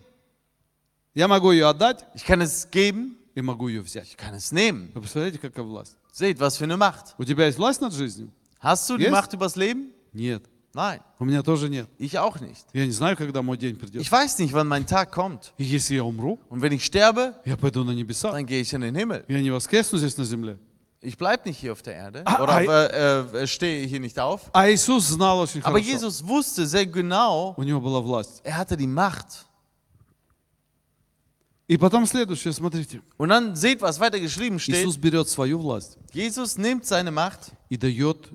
Speaker 1: Я могу ее отдать
Speaker 2: Ich kann es geben,
Speaker 1: и могу ее взять.
Speaker 2: ich kann es nehmen.
Speaker 1: Вы представляете, какая власть?
Speaker 2: Seht, was für eine Macht.
Speaker 1: У тебя есть власть над жизнью?
Speaker 2: Hast du die
Speaker 1: Yes.
Speaker 2: Macht übers Leben?
Speaker 1: Нет.
Speaker 2: Nein,
Speaker 1: У меня тоже нет.
Speaker 2: ich auch nicht.
Speaker 1: Я не знаю, когда мой день придет.
Speaker 2: Ich weiß nicht, wann mein Tag kommt.
Speaker 1: И если я умру,
Speaker 2: Und wenn ich sterbe,
Speaker 1: я пойду на небеса.
Speaker 2: dann gehe ich in den Himmel.
Speaker 1: Я не воскресну здесь на земле.
Speaker 2: Ich bleibe nicht hier auf der Erde
Speaker 1: Ah,
Speaker 2: oder
Speaker 1: I-
Speaker 2: äh, äh, stehe hier nicht auf.
Speaker 1: А Иисус знал очень
Speaker 2: Aber
Speaker 1: хорошо.
Speaker 2: Jesus wusste sehr genau,
Speaker 1: У него была власть.
Speaker 2: er hatte die Macht.
Speaker 1: И потом следующее, смотрите.
Speaker 2: Und dann seht, was weiter geschrieben steht.
Speaker 1: Иисус берет свою власть
Speaker 2: Jesus nimmt seine Macht
Speaker 1: и дает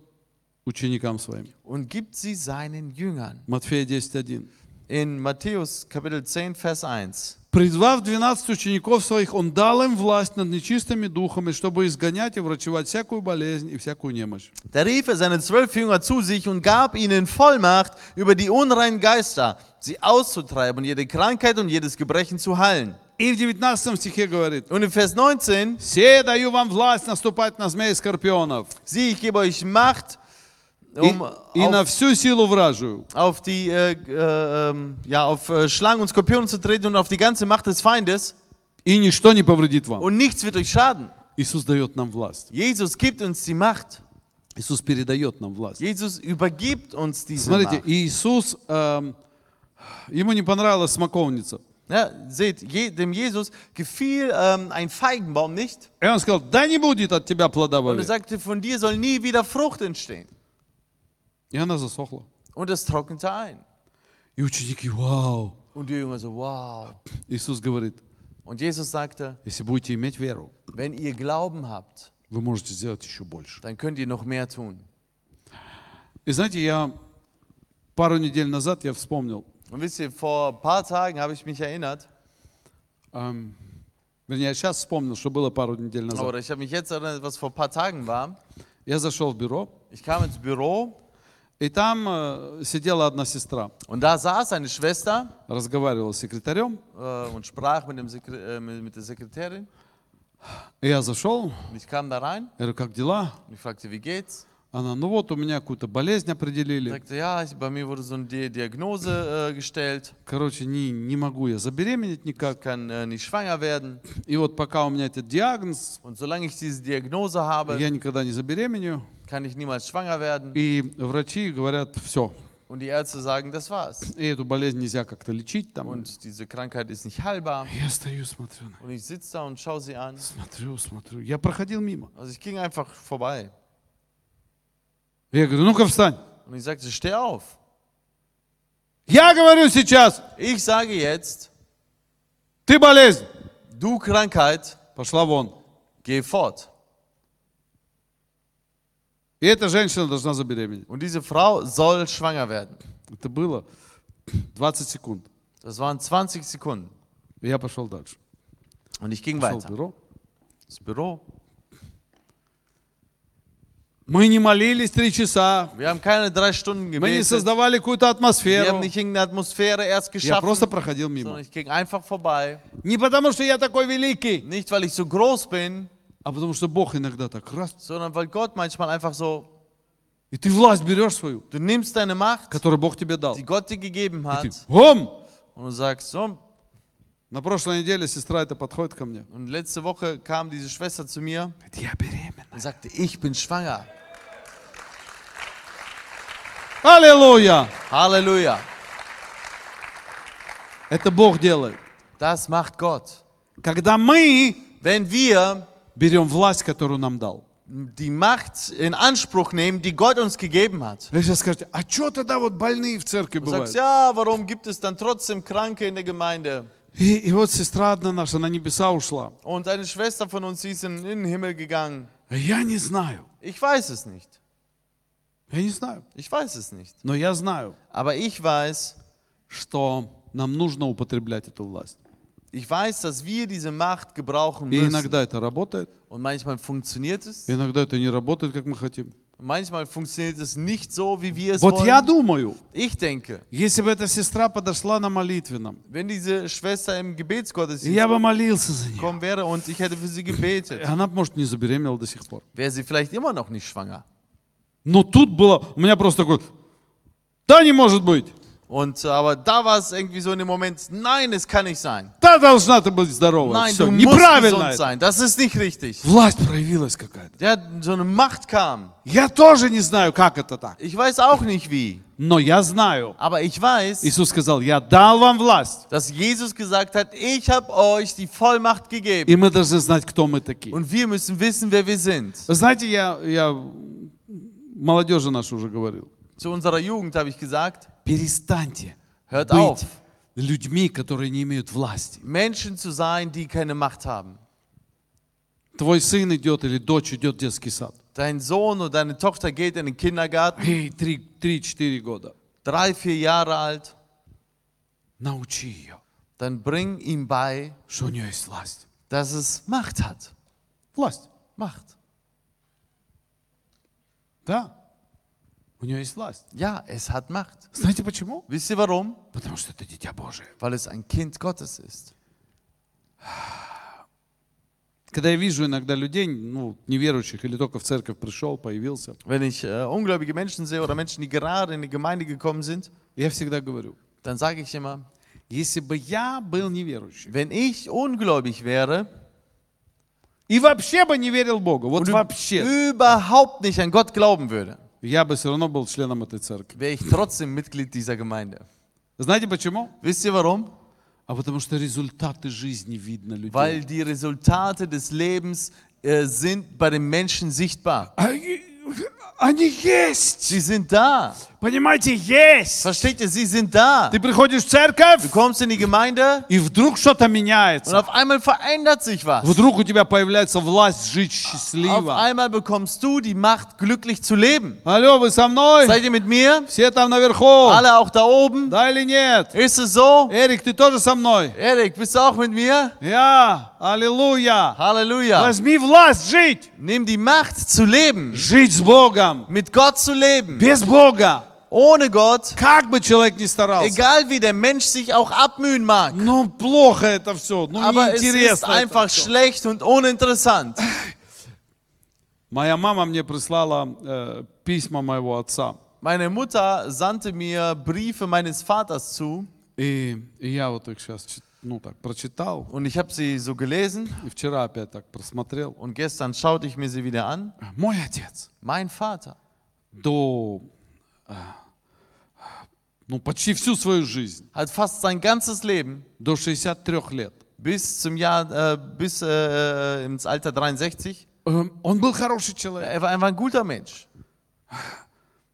Speaker 1: ученикам своим.
Speaker 2: und gibt sie seinen Jüngern.
Speaker 1: Матфея 10.1.
Speaker 2: In Matthäus Kapitel 10, Vers 1.
Speaker 1: Призвав 12 учеников своих, он дал им власть над нечистыми духами, чтобы изгонять и врачевать всякую болезнь и всякую немощь.
Speaker 2: Da rief er seine zwölf Jünger zu sich und gab ihnen Vollmacht über die unreinen Geister, sie auszutreiben und jede Krankheit und jedes Gebrechen zu heilen.
Speaker 1: И в 19 стихе говорит,
Speaker 2: Und in Vers 19,
Speaker 1: «Сея даю вам власть наступать на змей и скорпионов
Speaker 2: sieh, ich gebe euch Macht,
Speaker 1: и,
Speaker 2: um
Speaker 1: и на
Speaker 2: auf,
Speaker 1: всю силу вражию,
Speaker 2: auf die, äh, äh, ähm, ja, auf äh, Schlangen und Skorpionen zu treten und auf die ganze Macht des Feindes
Speaker 1: и ничто не повредит вам».
Speaker 2: und nichts wird euch schaden.
Speaker 1: Иисус дает нам власть.
Speaker 2: Jesus gibt uns die Macht.
Speaker 1: Иисус передает нам власть.
Speaker 2: Jesus übergibt uns diese
Speaker 1: Смотрите,
Speaker 2: Macht.
Speaker 1: Иисус, эм, ему не понравилась смоковница.
Speaker 2: Ja, seht, je, dem Jesus gefiel ähm, ein Feigenbaum nicht.
Speaker 1: И он сказал, да не будет от тебя плода
Speaker 2: Und
Speaker 1: вовек.
Speaker 2: er sagte, von dir soll nie wieder Frucht entstehen.
Speaker 1: И она засохла.
Speaker 2: Und es trocknete ein.
Speaker 1: И ученики, вау.
Speaker 2: Und die Jünger so, wow.
Speaker 1: Iisus говорит,
Speaker 2: Und Jesus sagte,
Speaker 1: если будете иметь веру,
Speaker 2: wenn ihr Glauben habt,
Speaker 1: вы можете сделать еще больше.
Speaker 2: dann könnt ihr noch mehr tun.
Speaker 1: И знаете, я пару недель назад я вспомнил,
Speaker 2: Und wisst ihr, vor ein paar Tagen habe ich mich erinnert,
Speaker 1: Ам, эм, Вернее, я сейчас вспомнил, что было пару недель назад.
Speaker 2: oder ich habe mich jetzt erinnert, was vor ein paar Tagen war.
Speaker 1: Я зашел в бюро,
Speaker 2: Ich kam ins Büro
Speaker 1: и там э, сидела одна сестра,
Speaker 2: und da saß eine Schwester
Speaker 1: разговаривала с секретарем.
Speaker 2: äh, und sprach mit, dem Sekre äh, mit, mit der Sekretärin.
Speaker 1: И я зашел,
Speaker 2: Und ich kam da rein
Speaker 1: я говорю, как дела?
Speaker 2: und ich fragte, wie geht's?
Speaker 1: Она, ну вот, у меня какую-то болезнь
Speaker 2: Ich
Speaker 1: определили.
Speaker 2: sagte, ja, ich, bei mir wurde so eine Di- Diagnose äh, gestellt.
Speaker 1: Короче, не, не могу я забеременеть
Speaker 2: Ich
Speaker 1: никак.
Speaker 2: kann äh, nicht schwanger werden.
Speaker 1: И вот пока у меня этот диагноз,
Speaker 2: Und solange ich diese Diagnose habe,
Speaker 1: я никогда не забеременю.
Speaker 2: kann ich niemals schwanger werden.
Speaker 1: И врачи говорят, все,
Speaker 2: Und die Ärzte sagen, das war's.
Speaker 1: и эту болезнь нельзя как-то лечить там.
Speaker 2: Und diese Krankheit ist nicht heilbar.
Speaker 1: Я стою, смотрю, на-
Speaker 2: Und ich sitze da und schaue sie an.
Speaker 1: смотрю, смотрю. Я проходил мимо.
Speaker 2: Also ich ging einfach vorbei.
Speaker 1: Я говорю, ну-ка встань.
Speaker 2: Und ich sagte, steh auf.
Speaker 1: Я говорю сейчас,
Speaker 2: Ich sage jetzt,
Speaker 1: ты болезнь.
Speaker 2: du Krankheit,
Speaker 1: Пошла вон.
Speaker 2: geh fort.
Speaker 1: И эта женщина должна забеременеть.
Speaker 2: Und diese Frau soll schwanger werden.
Speaker 1: Это было 20 секунд.
Speaker 2: Das waren 20 Sekunden.
Speaker 1: И я пошел дальше.
Speaker 2: Und ich ging
Speaker 1: Пошел в
Speaker 2: weiter.
Speaker 1: бюро.
Speaker 2: Ins Büro.
Speaker 1: Мы не молились три часа.
Speaker 2: Wir haben keine drei Stunden
Speaker 1: Мы не
Speaker 2: gebetet.
Speaker 1: создавали какую-то
Speaker 2: Wir haben
Speaker 1: атмосферу.
Speaker 2: nicht irgendeine Atmosphäre erst
Speaker 1: Я
Speaker 2: geschaffen,
Speaker 1: просто проходил мимо.
Speaker 2: sondern ich ging einfach vorbei.
Speaker 1: Не потому, что я такой великий,
Speaker 2: Nicht, weil ich so groß bin,
Speaker 1: а потому, что Бог иногда так раз.
Speaker 2: sondern weil Gott manchmal einfach so,
Speaker 1: И ты власть берешь свою,
Speaker 2: du nimmst deine Macht,
Speaker 1: которую Bог тебе дал.
Speaker 2: die Gott dir gegeben
Speaker 1: Ты,
Speaker 2: hat,
Speaker 1: «Гом!»
Speaker 2: und du sagst, so,
Speaker 1: На прошлой неделе сестра это подходит ко мне.
Speaker 2: und letzte Woche kam diese Schwester zu mir
Speaker 1: Говорит, Я беременна.
Speaker 2: und sagte, ich bin schwanger.
Speaker 1: Аллилуйя!
Speaker 2: Halleluja.
Speaker 1: Это Бог делает.
Speaker 2: Das macht Gott.
Speaker 1: Когда мы
Speaker 2: Wenn wir
Speaker 1: берем власть, которую нам дал.
Speaker 2: die Macht in Anspruch nehmen, die Gott uns gegeben hat.
Speaker 1: Вы сейчас скажете, а что тогда вот больные в церкви
Speaker 2: Du
Speaker 1: бывают?
Speaker 2: sagst, ja, warum gibt es dann trotzdem Kranke in der Gemeinde?
Speaker 1: И, и вот сестра одна наша на небеса ушла.
Speaker 2: Und eine Schwester von uns, die ist in in den Himmel gegangen.
Speaker 1: Я не знаю.
Speaker 2: Ich weiß es nicht.
Speaker 1: Я не знаю.
Speaker 2: Ich weiß es nicht.
Speaker 1: Но я знаю,
Speaker 2: Aber ich weiß,
Speaker 1: что нам нужно употреблять эту власть.
Speaker 2: ich weiß, dass wir diese Macht gebrauchen
Speaker 1: И
Speaker 2: müssen.
Speaker 1: иногда это работает,
Speaker 2: Und manchmal funktioniert es,
Speaker 1: иногда это не работает, как мы хотим.
Speaker 2: manchmal funktioniert es nicht so, wie wir es
Speaker 1: Вот я
Speaker 2: wollen.
Speaker 1: думаю,
Speaker 2: Ich denke,
Speaker 1: если бы эта сестра подошла на молитвенном,
Speaker 2: wenn diese Schwester im
Speaker 1: и
Speaker 2: Gebetsgottesdienst
Speaker 1: я бы молился за нее,
Speaker 2: gekommen wäre und ich hätte für sie
Speaker 1: и
Speaker 2: gebetet,
Speaker 1: она, может, не забеременела до сих пор.
Speaker 2: wäre sie vielleicht immer noch nicht schwanger.
Speaker 1: Но тут было, у меня просто такой, да не может быть,
Speaker 2: Und äh, aber da war es irgendwie so in dem Moment, nein, es kann nicht sein.
Speaker 1: да должна ты быть здоровая,
Speaker 2: Nein,
Speaker 1: все,
Speaker 2: du musst
Speaker 1: неправильно
Speaker 2: gesund
Speaker 1: это.
Speaker 2: sein. Das ist nicht richtig.
Speaker 1: Власть проявилась какая-то.
Speaker 2: Der hat so eine Macht kam.
Speaker 1: Я тоже не знаю, как это так,
Speaker 2: Ich weiß auch nicht wie,
Speaker 1: но я знаю.
Speaker 2: aber ich weiß,
Speaker 1: Иисус сказал, я дал вам власть.
Speaker 2: dass Jesus gesagt hat, ich habe euch die Vollmacht gegeben.
Speaker 1: И мы должны знать, кто мы такие.
Speaker 2: Und wir müssen wissen, wer wir sind.
Speaker 1: Вы Знаете, я, я молодежи нашей уже говорил.
Speaker 2: Zu unserer Jugend habe ich gesagt,
Speaker 1: Перестаньте
Speaker 2: Hört
Speaker 1: быть
Speaker 2: auf.
Speaker 1: людьми, которые не имеют власти.
Speaker 2: Menschen zu sein, die keine Macht haben.
Speaker 1: Твой сын идет или дочь идет в детский сад.
Speaker 2: Dein Sohn oder deine Tochter geht in den Kindergarten,
Speaker 1: Ей три- три-четыре года.
Speaker 2: drei, vier Jahre alt,
Speaker 1: Научи ее,
Speaker 2: dann bring ihm bei,
Speaker 1: что у нее есть власть.
Speaker 2: dass es Macht hat.
Speaker 1: Власть.
Speaker 2: Macht.
Speaker 1: Да. У нее есть власть.
Speaker 2: Ja, es hat Macht.
Speaker 1: Знаете почему?
Speaker 2: Wisst ihr warum?
Speaker 1: Потому что это дитя Божие.
Speaker 2: Weil es ein Kind Gottes ist.
Speaker 1: Когда я вижу иногда людей, ну, неверующих, или только в церковь пришел, появился,
Speaker 2: Wenn ich äh, ungläubige Menschen sehe oder Menschen, die gerade in die Gemeinde gekommen sind,
Speaker 1: я всегда говорю,
Speaker 2: dann sage ich immer,
Speaker 1: если бы я был неверующим,
Speaker 2: wenn ich ungläubig wäre
Speaker 1: и вообще бы не верил Богу, вот
Speaker 2: und
Speaker 1: вообще,
Speaker 2: überhaupt nicht an Gott glauben würde,
Speaker 1: Э, я бы все равно был членом этой церкви.
Speaker 2: wäre ich trotzdem Mitglied dieser Gemeinde.
Speaker 1: Знаете почему?
Speaker 2: Wisst ihr warum?
Speaker 1: А потому что результаты жизни видно людей.
Speaker 2: Weil die Resultate des Lebens äh, sind bei den Menschen sichtbar.
Speaker 1: Они, они есть!
Speaker 2: Sie sind da.
Speaker 3: Понимаете, есть.
Speaker 2: Versteht ihr, sie sind da.
Speaker 1: Ты приходишь в церковь,
Speaker 2: Du kommst in die Gemeinde
Speaker 1: и вдруг что-то
Speaker 2: und
Speaker 1: меняется.
Speaker 2: auf einmal verändert sich was.
Speaker 1: Вдруг у тебя появляется власть жить
Speaker 2: Auf
Speaker 1: счастливо.
Speaker 2: einmal bekommst du die Macht, glücklich zu leben.
Speaker 1: Алло, вы со мной?
Speaker 2: Seid ihr mit mir?
Speaker 1: Все там наверху.
Speaker 2: Alle auch da oben?
Speaker 1: Да или нет?
Speaker 2: Ist es so?
Speaker 1: Эрик, ты тоже со мной?
Speaker 2: Erik, bist du auch mit mir?
Speaker 1: Я. Аллилуйя.
Speaker 2: Halleluja.
Speaker 3: Возьми власть жить.
Speaker 2: Nimm die Macht zu leben,
Speaker 1: Жить с Богом.
Speaker 2: mit Gott zu leben,
Speaker 1: Без Бога.
Speaker 2: ohne Gott,
Speaker 1: Как бы человек ни старался.
Speaker 2: egal wie der Mensch sich auch abmühen mag.
Speaker 1: Ну, плохо это все. Ну,
Speaker 2: Aber es ist
Speaker 1: неинтересно. это
Speaker 2: einfach
Speaker 1: всё.
Speaker 2: schlecht und uninteressant.
Speaker 1: Моя мама мне прислала э, письма моего отца.
Speaker 2: Meine Mutter sandte mir Briefe meines Vaters zu
Speaker 1: И, и я вот их сейчас ну, так, прочитал.
Speaker 2: und ich habe sie so gelesen
Speaker 1: И вчера опять так просмотрел.
Speaker 2: und gestern schaute ich mir sie wieder an.
Speaker 1: Мой отец
Speaker 2: Mein Vater
Speaker 1: до, э, ну, почти всю свою жизнь,
Speaker 2: hat fast sein ganzes Leben
Speaker 1: до 63 лет,
Speaker 2: bis zum Jahr, äh, bis äh, ins Alter 63,
Speaker 1: эм, он был хороший человек.
Speaker 2: er war einfach ein guter Mensch.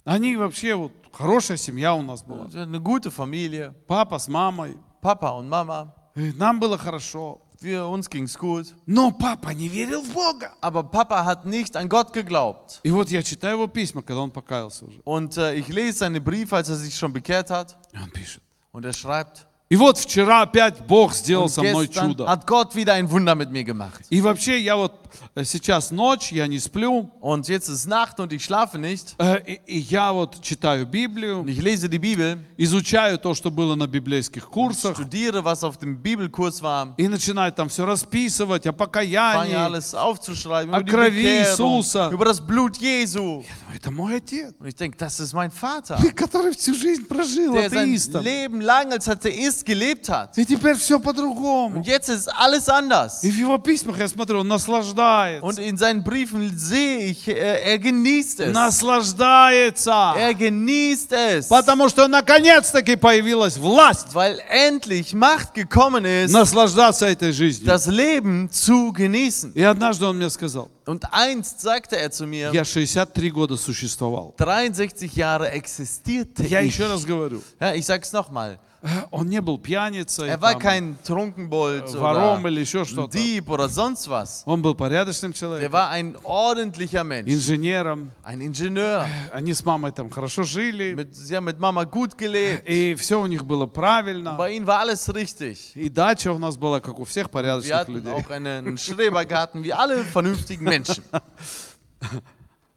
Speaker 1: Они вообще, вот, хорошая семья у нас была.
Speaker 2: Eine gute Familie,
Speaker 1: Папа с мамой.
Speaker 2: Papa und Mama,
Speaker 1: И нам было хорошо.
Speaker 2: wir, uns ging's gut.
Speaker 1: Но папа не верил в Бога.
Speaker 2: Aber Papa hat nicht an Gott geglaubt.
Speaker 1: И вот я читаю его письма, когда он покаялся уже.
Speaker 2: Und äh, ich lese seine Briefe, als er sich schon bekehrt hat.
Speaker 1: И он пишет.
Speaker 2: Und er schreibt,
Speaker 1: И вот вчера опять Бог сделал
Speaker 2: und
Speaker 1: со мной
Speaker 2: gestern
Speaker 1: чудо.
Speaker 2: hat Gott wieder ein Wunder mit mir gemacht.
Speaker 1: И вообще, я вот э, сейчас ночь, я не сплю,
Speaker 2: Und jetzt ist Nacht und ich schlafe nicht.
Speaker 1: э, и, и я вот читаю
Speaker 2: Und
Speaker 1: Библию,
Speaker 2: ich lese die Bibel,
Speaker 1: изучаю то, что было на библейских курсах,
Speaker 2: studiere, was auf dem Bibelkurs war,
Speaker 1: и начинаю там все расписывать о
Speaker 2: fange
Speaker 1: покаянии.
Speaker 2: alles aufzuschreiben
Speaker 1: О
Speaker 2: über die
Speaker 1: крови
Speaker 2: Bekehrung,
Speaker 1: Иисуса.
Speaker 2: über das Blut Jesu.
Speaker 1: Это мой отец,
Speaker 2: Und ich denke, das ist mein Vater,
Speaker 1: который всю жизнь прожил
Speaker 2: der sein
Speaker 1: атеистом.
Speaker 2: Leben lang als Atheist gelebt hat.
Speaker 1: И теперь все по-другому.
Speaker 2: Und jetzt ist alles anders.
Speaker 1: И в его письмах я смотрю, он наслаждается.
Speaker 2: Und in seinen Briefen sehe ich, er, er genießt es.
Speaker 1: Наслаждается.
Speaker 2: Er genießt es,
Speaker 1: Потому что наконец-таки появилась власть
Speaker 2: weil endlich Macht gekommen ist,
Speaker 1: наслаждаться этой жизнью.
Speaker 2: das Leben zu genießen.
Speaker 1: И однажды он мне сказал,
Speaker 2: Und einst sagte er zu mir,
Speaker 1: я 63 года существовал.
Speaker 2: 63 Jahre existierte
Speaker 1: Я
Speaker 2: ich.
Speaker 1: еще раз говорю,
Speaker 2: Ja, ich sag's nochmal.
Speaker 1: он не был пьяницей,
Speaker 2: Er war
Speaker 1: там,
Speaker 2: kein
Speaker 1: Äh,
Speaker 2: Trunkenbold oder
Speaker 1: вором или еще
Speaker 2: ein
Speaker 1: что-то.
Speaker 2: Dieb oder sonst was.
Speaker 1: Он был порядочным
Speaker 2: Er
Speaker 1: человеком,
Speaker 2: war ein ordentlicher Mensch,
Speaker 1: инженером.
Speaker 2: ein Ingenieur.
Speaker 1: Они с мамой там хорошо жили,
Speaker 2: Mit, sie haben mit Mama gut gelebt.
Speaker 1: и все у них было правильно.
Speaker 2: Bei ihnen war alles richtig.
Speaker 1: И дача у нас была, как у всех
Speaker 2: Wir
Speaker 1: порядочных
Speaker 2: hatten
Speaker 1: людей.
Speaker 2: auch einen Schrebergarten, wie alle vernünftigen Menschen.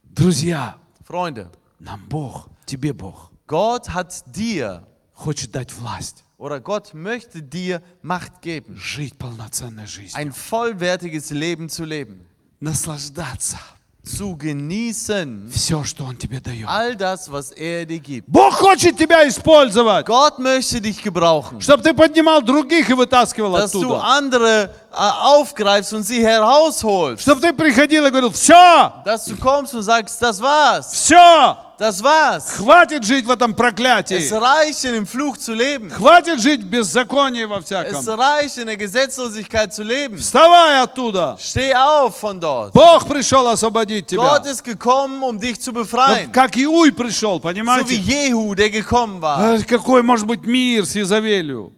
Speaker 1: Друзья,
Speaker 2: Freunde,
Speaker 1: нам Бог, тебе Бог,
Speaker 2: Gott hat dir
Speaker 1: хочет дать власть
Speaker 2: oder Gott möchte dir Macht geben,
Speaker 1: жить полноценной жизнью,
Speaker 2: ein vollwertiges Leben zu leben,
Speaker 1: А наслаждаться
Speaker 2: zu genießen.
Speaker 1: все, что Он тебе дает.
Speaker 2: All das, was er dir gibt.
Speaker 1: А Бог хочет тебя использовать,
Speaker 2: Gott möchte dich gebrauchen,
Speaker 1: чтобы ты поднимал других и вытаскивал
Speaker 2: dass du
Speaker 1: оттуда.
Speaker 2: andere äh, aufgreifst und sie herausholst.
Speaker 1: Чтобы ты приходил и говорил, все,
Speaker 2: Dass du kommst und sagst, das war's,
Speaker 1: все,
Speaker 2: das war's.
Speaker 1: хватит жить в этом
Speaker 2: Es
Speaker 1: проклятии.
Speaker 2: reicht, in dem Fluch zu leben.
Speaker 1: Хватит жить в беззаконии во
Speaker 2: Es
Speaker 1: всяком.
Speaker 2: reicht, in der Gesetzlosigkeit zu leben.
Speaker 1: Вставай оттуда.
Speaker 2: Steh auf von dort.
Speaker 1: Бог пришел освободить тебя.
Speaker 2: Gott ist gekommen, um dich zu
Speaker 1: Как
Speaker 2: befreien.
Speaker 1: как Иуй пришел,
Speaker 2: So wie
Speaker 1: понимаете?
Speaker 2: Jehu, der gekommen war.
Speaker 1: А Какой может быть мир с Изавелью?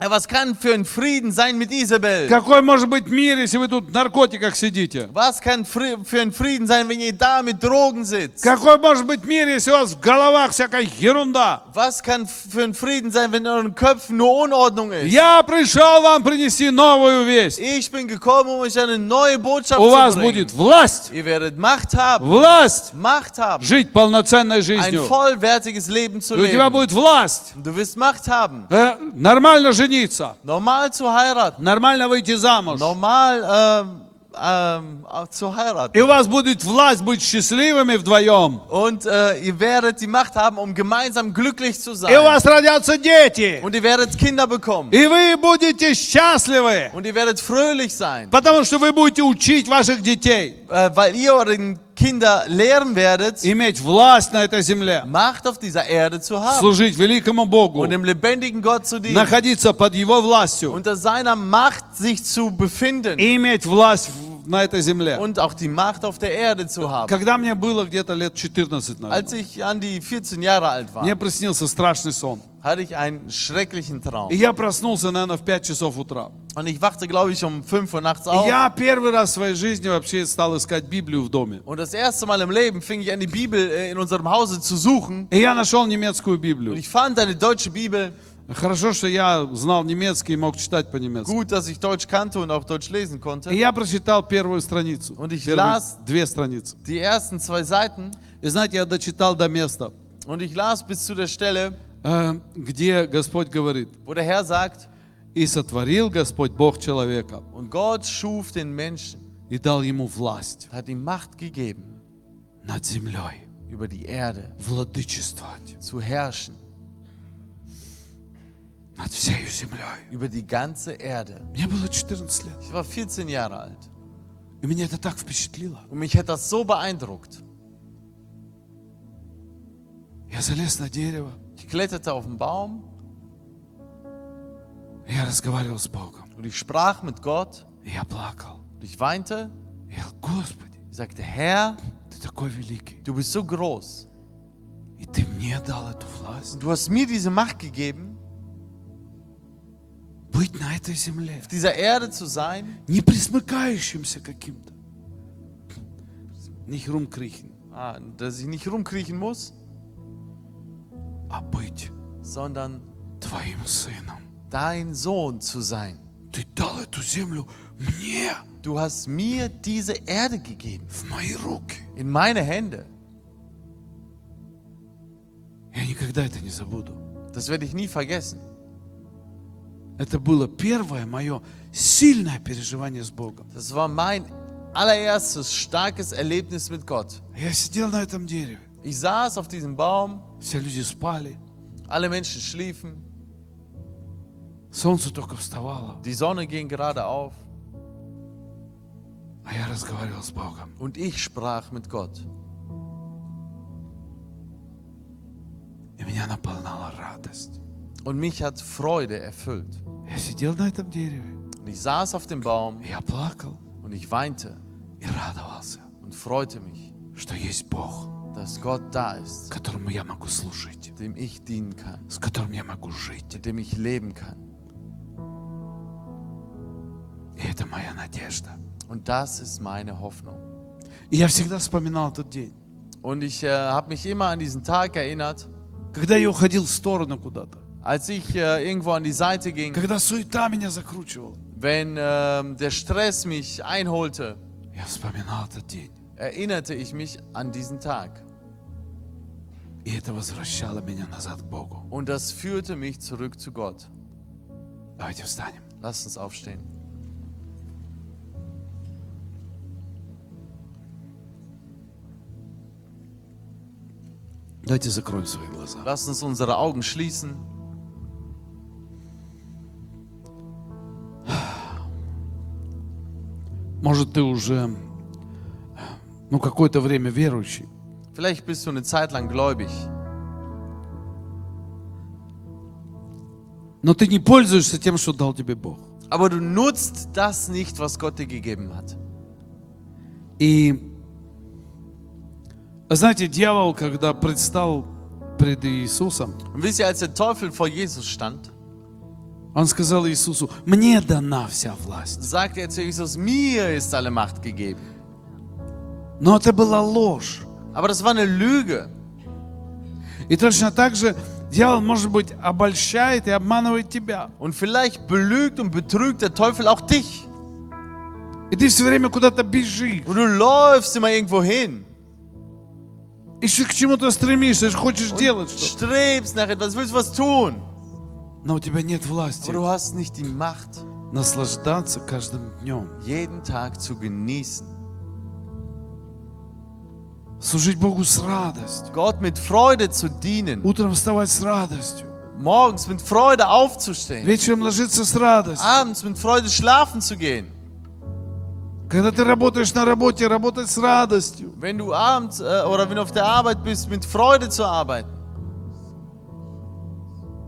Speaker 2: Ja, Was kann für ein Frieden sein mit Isabel?
Speaker 1: Какой может быть мир, если вы тут в наркотиках сидите?
Speaker 2: Was kann Fri- für ein Frieden sein, wenn ihr da mit Drogen sitzt?
Speaker 1: Какой может быть мир, если у вас в головах всякая ерунда?
Speaker 2: Was kann für ein Frieden sein, wenn in euren Köpfen nur Unordnung ist?
Speaker 1: Я пришел вам принести новую весть.
Speaker 2: Ich bin gekommen, um euch eine neue Botschaft
Speaker 1: У вас
Speaker 2: zu
Speaker 1: будет
Speaker 2: bringen.
Speaker 1: власть,
Speaker 2: Ihr werdet Macht haben,
Speaker 1: власть
Speaker 2: Macht haben,
Speaker 1: жить полноценной
Speaker 2: ein
Speaker 1: жизнью.
Speaker 2: vollwertiges Leben zu
Speaker 1: И у тебя
Speaker 2: leben.
Speaker 1: будет власть
Speaker 2: Du wirst Macht haben,
Speaker 1: э, нормально жениться,
Speaker 2: normal zu heiraten,
Speaker 1: нормально выйти замуж.
Speaker 2: normal ähm, ähm, auch zu heiraten.
Speaker 1: И у вас будет власть быть счастливыми вдвоем.
Speaker 2: Und äh, ihr werdet die Macht haben, um gemeinsam glücklich zu
Speaker 1: И у
Speaker 2: sein.
Speaker 1: вас родятся дети.
Speaker 2: Und ihr werdet Kinder bekommen.
Speaker 1: И вы будете счастливы.
Speaker 2: Und ihr werdet fröhlich sein,
Speaker 1: Потому что вы будете учить ваших детей
Speaker 2: äh, weil ihr euren Kinder lehren werdet,
Speaker 1: иметь власть на этой земле,
Speaker 2: Macht auf dieser Erde zu haben.
Speaker 1: служить великому Богу,
Speaker 2: Und dem lebendigen Gott zu dienen.
Speaker 1: находиться под Его властью
Speaker 2: Unter seiner Macht sich zu befinden.
Speaker 1: и иметь власть в в- на этой земле.
Speaker 2: und auch die Macht auf der Erde zu haben.
Speaker 1: Когда мне было где-то лет 14,
Speaker 2: Als
Speaker 1: наверное,
Speaker 2: ich an die 14 Jahre alt war,
Speaker 1: мне приснился страшный сон.
Speaker 2: hatte ich einen schrecklichen
Speaker 1: И
Speaker 2: Traum.
Speaker 1: я проснулся, наверное, в 5 часов утра.
Speaker 2: Und ich wachte, glaube ich, um 5 Uhr nachts
Speaker 1: И
Speaker 2: auf.
Speaker 1: я первый раз в своей жизни вообще стал искать Библию в доме.
Speaker 2: Und das erste Mal im Leben fing ich an, die Bibel äh, in unserem Hause zu suchen.
Speaker 1: И я нашел немецкую
Speaker 2: Und
Speaker 1: Библию.
Speaker 2: ich fand eine deutsche Bibel.
Speaker 1: Хорошо, что я знал немецкий и мог читать по-немецки.
Speaker 2: Gut, dass ich Deutsch kannte und auch Deutsch lesen
Speaker 1: И
Speaker 2: konnte.
Speaker 1: я прочитал первую страницу.
Speaker 2: Und ich
Speaker 1: Первые
Speaker 2: las-
Speaker 1: две страницы.
Speaker 2: Die ersten zwei Seiten.
Speaker 1: И знаете, я дочитал до места,
Speaker 2: Und ich las bis zu der Stelle,
Speaker 1: э, где Господь говорит,
Speaker 2: wo der Herr sagt,
Speaker 1: «И сотворил Господь Бог человека,
Speaker 2: und Gott schuf den Menschen,
Speaker 1: и дал ему власть
Speaker 2: hat ihm Macht gegeben,
Speaker 1: над землей
Speaker 2: über die Erde
Speaker 1: владычествовать
Speaker 2: zu herrschen,
Speaker 1: над всею землей».
Speaker 2: über die ganze Erde.
Speaker 1: Мне было 14 лет,
Speaker 2: Ich war 14 Jahre alt
Speaker 1: и меня это так впечатлило.
Speaker 2: und mich hat das so beeindruckt.
Speaker 1: Я залез на дерево,
Speaker 2: Ich kletterte auf den Baum
Speaker 1: и я разговаривал с Богом,
Speaker 2: und ich sprach mit Gott
Speaker 1: и я плакал.
Speaker 2: und ich weinte.
Speaker 1: Я говорил, Господи,
Speaker 2: Ich sagte, Herr,
Speaker 1: Ты такой великий,
Speaker 2: du bist so groß
Speaker 1: и Ты мне дал эту власть
Speaker 2: und du hast mir diese Macht gegeben,
Speaker 1: быть на этой земле,
Speaker 2: auf dieser Erde zu sein.
Speaker 1: не присмыкающимся каким-то. Nicht rumkriechen,
Speaker 2: Ah, dass ich nicht rumkriechen muss,
Speaker 1: а быть
Speaker 2: sondern
Speaker 1: Твоим сыном.
Speaker 2: dein Sohn zu sein.
Speaker 1: Ты дал эту землю мне,
Speaker 2: Du hast mir diese Erde gegeben,
Speaker 1: в мои руки.
Speaker 2: in meine Hände.
Speaker 1: Я никогда это не забуду.
Speaker 2: Das werde ich nie vergessen.
Speaker 1: Это было первое мое сильное переживание с Бogом.
Speaker 2: Das war mein allererstes starkes Erlebnis mit Gott.
Speaker 1: Я сидел на этом дереве.
Speaker 2: Ich saß auf diesem Baum,
Speaker 1: Все люди спали.
Speaker 2: alle Menschen schliefen,
Speaker 1: Солнце только вставало.
Speaker 2: die Sonne ging gerade auf
Speaker 1: А я разговаривал с Богом.
Speaker 2: und ich sprach mit Gott.
Speaker 1: И меня наполнала радость.
Speaker 2: Und mich hat Freude erfüllt.
Speaker 1: Я сидел на этом дереве.
Speaker 2: Und ich saß auf dem Baum
Speaker 1: Я плакал
Speaker 2: und ich weinte
Speaker 1: и радовался,
Speaker 2: und freute mich,
Speaker 1: что есть Бог,
Speaker 2: dass Gott da ist,
Speaker 1: которому я могу служить,
Speaker 2: dem ich dienen kann,
Speaker 1: с которым я могу жить.
Speaker 2: mit dem ich leben kann.
Speaker 1: И это моя надежда.
Speaker 2: Und das ist meine Hoffnung.
Speaker 1: И я всегда vспоминал этот день,
Speaker 2: Und ich äh, habe mich immer an diesen Tag erinnert,
Speaker 1: когда я уходил в сторону куда-то,
Speaker 2: als ich äh, irgendwo an die Seite ging,
Speaker 1: когда суета меня закручивала.
Speaker 2: wenn ähm, der Stress mich einholte,
Speaker 1: Я вспоминал этот день,
Speaker 2: erinnerte ich mich an diesen Tag.
Speaker 1: и это возвращало меня назад к Богу.
Speaker 2: Und das führte mich zurück zu Gott.
Speaker 1: Давайте встанем.
Speaker 2: Lasst uns aufstehen.
Speaker 1: Давайте закроем свои глаза.
Speaker 2: Lasst uns unsere Augen schließen.
Speaker 1: Может, ты уже, ну, какое-то время верующий,
Speaker 2: Vielleicht bist du eine Zeit lang gläubig,
Speaker 1: но ты не пользуешься тем, что дал тебе Бог.
Speaker 2: aber du nutzt das nicht, was Gott dir gegeben hat.
Speaker 1: И знаете, дьявол, когда предстал пред Иисусом,
Speaker 2: Und wisst ihr, als der Teufel vor Jesus stand,
Speaker 1: он сказал Иисусу, мне дана вся власть.
Speaker 2: sagte er zu Jesus, mir ist alle Macht gegeben.
Speaker 1: Но это была ложь.
Speaker 2: Aber das war eine Lüge.
Speaker 1: И точно так же дьявол, может быть, обольщает и обманывает тебя.
Speaker 2: Und vielleicht belügt und betrügt der Teufel auch dich.
Speaker 1: И ты все время куда-то бежишь.
Speaker 2: Und du läufst immer irgendwo hin.
Speaker 1: И ещё к чему-то стремишься, ещё хочешь делать что
Speaker 2: Strebst nach etwas, willst was tun.
Speaker 1: Но у тебя нет власти
Speaker 2: Aber du hast nicht die Macht,
Speaker 1: наслаждаться каждым днем.
Speaker 2: jeden Tag zu genießen.
Speaker 1: Служить Богу с радостью.
Speaker 2: Gott mit Freude zu dienen.
Speaker 1: Утром вставать с радостью.
Speaker 2: Morgens mit Freude aufzustehen.
Speaker 1: Вечером ложиться с радостью.
Speaker 2: Abends mit Freude schlafen zu gehen.
Speaker 1: Когда ты работаешь на работе, работать с радостью.
Speaker 2: Wenn du abends äh, oder wenn du auf der Arbeit bist, mit Freude zu arbeiten.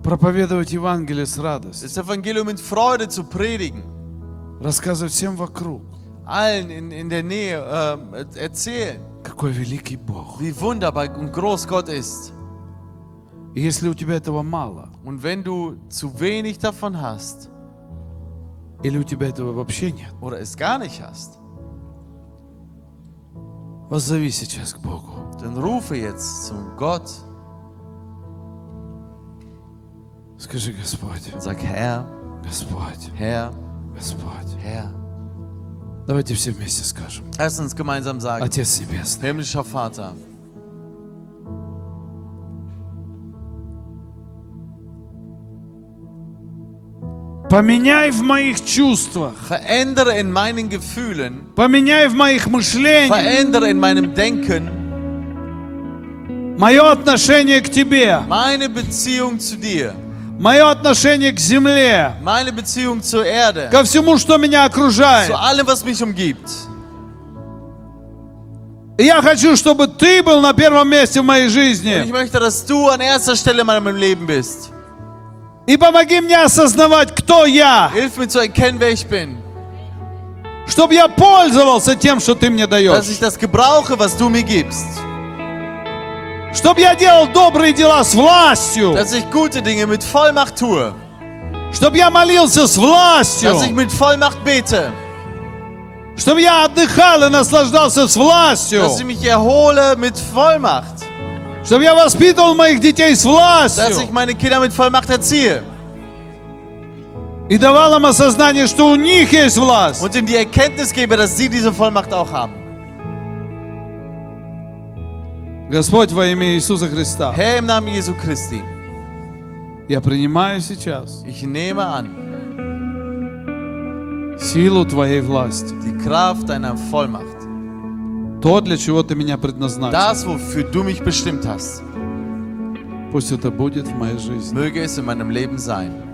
Speaker 1: Проповедовать Евангелие с радостью.
Speaker 2: Das Evangelium mit Freude zu predigen.
Speaker 1: Рассказывать всем вокруг.
Speaker 2: allen in, in der Nähe ähm, erzählen,
Speaker 1: Какой великий Бог.
Speaker 2: wie wunderbar und groß Gott ist.
Speaker 1: И если у тебя этого мало,
Speaker 2: Und wenn du zu wenig davon hast
Speaker 1: или у тебя этого вообще нет,
Speaker 2: oder es gar nicht hast,
Speaker 1: воззови сейчас к Богу.
Speaker 2: dann rufe jetzt zum Gott
Speaker 1: Скажи, Господь,
Speaker 2: und sag, Herr,
Speaker 1: Господь,
Speaker 2: Herr,
Speaker 1: Господь.
Speaker 2: Herr.
Speaker 1: Давайте все вместе скажем.
Speaker 2: Lass uns gemeinsam sagen,
Speaker 1: Отец Небесный,
Speaker 2: himmlischer Vater,
Speaker 1: поменяй в моих чувствах,
Speaker 2: verändere in meinen Gefühlen,
Speaker 1: поменяй в моих мышлениях
Speaker 2: verändere in meinem Denken
Speaker 1: мое отношение к Тебе,
Speaker 2: meine Beziehung zu dir,
Speaker 1: мое отношение к земле,
Speaker 2: meine Beziehung zur Erde,
Speaker 1: ко всему, что меня окружает.
Speaker 2: zu allem, was mich umgibt.
Speaker 1: И Я хочу, чтобы Ты был на первом месте в моей
Speaker 2: Und ich
Speaker 1: жизни.
Speaker 2: möchte, dass du an erster Stelle in meinem Leben bist.
Speaker 1: И помоги мне осознавать, кто я,
Speaker 2: Hilf mir zu erkennen, wer ich bin.
Speaker 1: чтобы я пользовался тем, что Ты мне
Speaker 2: Dass
Speaker 1: даешь.
Speaker 2: ich das gebrauche, was du mir gibst.
Speaker 1: Чтобы я делал добрые дела с властью.
Speaker 2: Dass ich gute Dinge mit Vollmacht tue.
Speaker 1: Чтобы я молился с властью.
Speaker 2: Dass ich mit Vollmacht bete.
Speaker 1: Чтобы я отдыхал и наслаждался с властью.
Speaker 2: Dass ich mich erhole mit Vollmacht.
Speaker 1: Чтобы я воспитывал моих детей с
Speaker 2: Dass ich
Speaker 1: властью.
Speaker 2: meine Kinder mit Vollmacht erziehe.
Speaker 1: И давал им осознание, что у них есть власть.
Speaker 2: Und ihm die Erkenntnis gebe, dass sie diese Vollmacht auch haben.
Speaker 1: Господь, во имя Иисуса Христа,
Speaker 2: Herr, im Namen Jesu Christi,
Speaker 1: я принимаю сейчас
Speaker 2: ich nehme an
Speaker 1: силу Твоей власти.
Speaker 2: die Kraft deiner Vollmacht.
Speaker 1: То, для чего Ты меня предназначил.
Speaker 2: Das, wofür du mich bestimmt hast,
Speaker 1: Пусть это будет в моей жизни.
Speaker 2: möge es in meinem Leben sein.